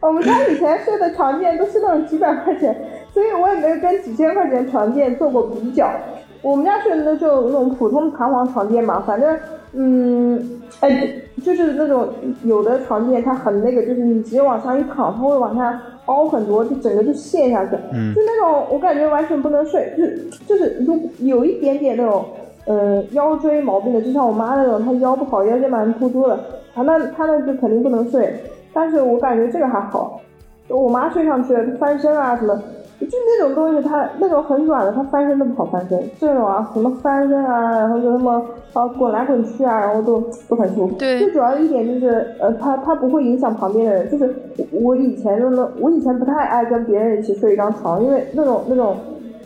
我们家以前睡的床垫都是那种几百块钱，所以我也没有跟几千块钱床垫做过比较。我们家睡的就那种普通弹簧床垫嘛，反正嗯，哎，就是那种有的床垫它很那个，就是你直接往上一躺，它会往下凹很多，就整个就陷下去，就那种我感觉完全不能睡，就就是如有一点点那种。呃，腰椎毛病的，就像我妈那种，她腰不好，腰间盘突出的，她那她那就肯定不能睡。但是我感觉这个还好，我妈睡上去了，她翻身啊什么，就那种东西她，那种很软的，她翻身都不好翻身。这种啊，什么翻身啊，然后就那么啊滚来滚去啊，然后都都很舒服。对最主要的一点就是，呃，它它不会影响旁边的人。就是我我以前就那，我以前不太爱跟别人一起睡一张床，因为那种那种。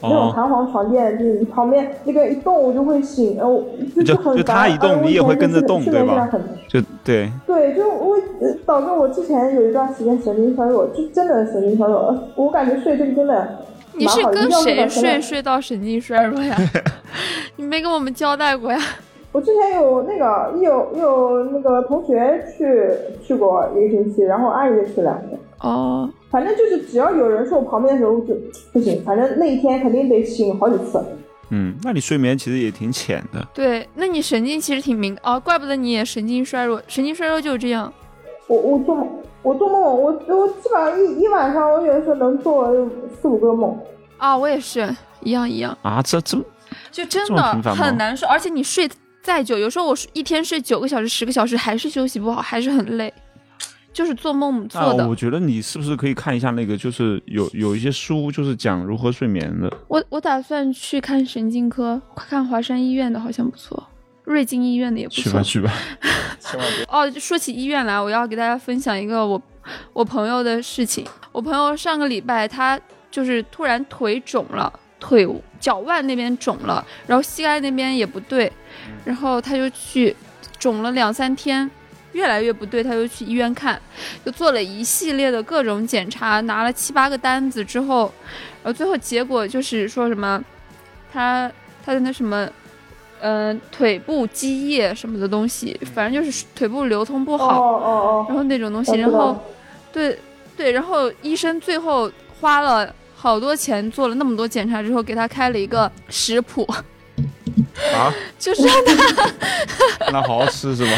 那哦种弹簧床垫，就是你旁边那个一动我就会醒，然后就就是很就烦。他一动哎我你也以前会跟着就是动睡眠对吧质量很就对，对，就我呃导致我之前有一段时间神经衰弱，就真的神经衰弱。呃我感觉睡这个真的你是蛮好的跟一觉谁到现在睡睡到神经衰弱呀？你没跟我们交代过呀？我之前有那个有有那个同学去去过一个星期，然后阿姨也去两天。哦，反正就是只要有人睡我旁边的时候就不行，反正那一天肯定得醒好几次。嗯，那你睡眠其实也挺浅的，对，那你神经其实挺敏哦，怪不得你也神经衰弱，神经衰弱就是这样。我我做梦，我做梦，我我基本上一一晚上，我有的时候能做四五个梦。啊，我也是一样一样，啊，这这就真这么频的繁吗很难受，而且你睡再久，有时候我睡一天睡九个小时、十个小时，还是休息不好，还是很累，就是做梦那做的。我觉得你是不是可以看一下那个，就是有有一些书，就是讲如何睡眠的。我我打算去看神经科，看华山医院的好像不错，瑞金医院的也不去错吧。去 吧，千万别哦，说起医院来，我要给大家分享一个我我朋友的事情。我朋友上个礼拜他就是突然腿肿了，腿脚腕那边肿了，然后膝盖那边也不对，然后他就去肿了两三天。越来越不对，他就去医院看，就做了一系列的各种检查，拿了七八个单子之后，然后最后结果就是说什么，他他的那什么嗯、腿部积液什么的东西，反正就是腿部流通不哦好，哦然后那种东我西，知然道后对对，然后医生最后花了好多钱做了那么多检查之后，给他开了一个食谱， 啊，就是让他那好好吃是吧？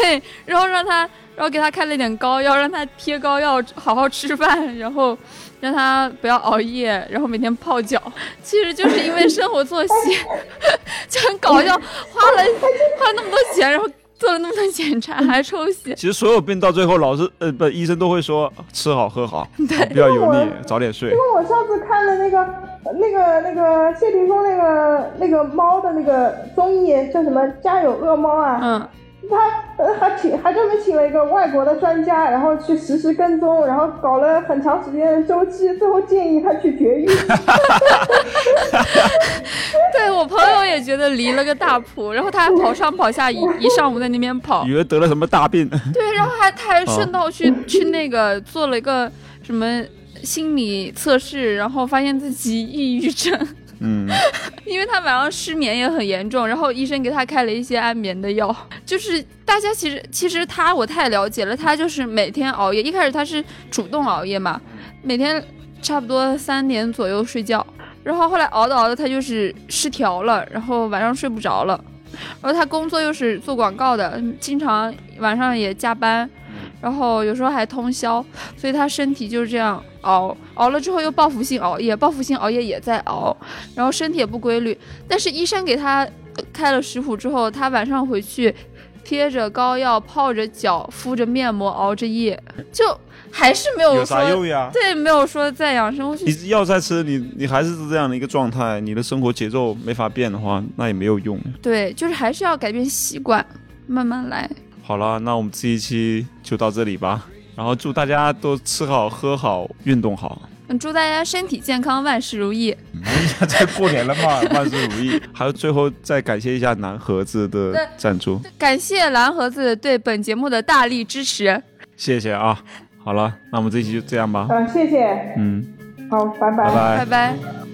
对，然后让他。然后给他开了点膏药，让他贴膏药，好好吃饭，然后让他不要熬夜，然后每天泡脚。其实就是因为生活作息 就很搞笑，花了花了那么多钱，然后做了那么多检查，还抽血，其实所有病到最后，老师呃不，医生都会说吃好喝 好，不要油腻，早点睡哦，。跟我上次看的那个那个那个谢霆锋那个那个猫的那个综艺叫什么《家有恶猫》啊，嗯，他呃还请还专门请了一个外国的专家，然后去实时跟踪，然后搞了很长时间的周期，最后建议他 去绝育。对我朋友也觉得离了个大谱，然后他还跑上跑下一一上午在那边跑以，为得了什么大病， 对，然后还他还顺道去、去那个做了一个什么心理测试，然后发现自己抑郁症，嗯， 因为他晚上失眠也很严重，然后医生给他开了一些安眠的药。就是大家其实其实他我太了解了，他就是每天熬夜，一开始他是主动熬夜嘛，每天差不多三点左右睡觉，然后后来熬着熬着他就是失调了，然后晚上睡不着了，然后他工作又是做广告的，经常晚上也加班。然后有时候还通宵，所以他身体就是这样熬，熬了之后又报复性熬夜，报复性熬夜也在熬，然后身体也不规律。但是医生给他呃开了食谱之后，他晚上回去贴着膏药、泡着脚、敷着面膜、熬着夜，就还是没有有啥说用呀？对，没有说在养生。我就你药再吃，你你还是这样的一个状态，你的生活节奏没法变的话，那也没有用。对，就是还是要改变习惯，慢慢来。好了，那我们这一期就到这里吧。然后祝大家都吃好、喝好、运动好，嗯祝大家身体健康，万事如意。再过年了 嘛，万事如意。还有最后再感谢一下南盒子对的赞助，感谢蓝盒子对本节目的大力支持，谢谢啊。好了，那我们这一期就这样吧。啊，谢谢，嗯，好，拜拜拜。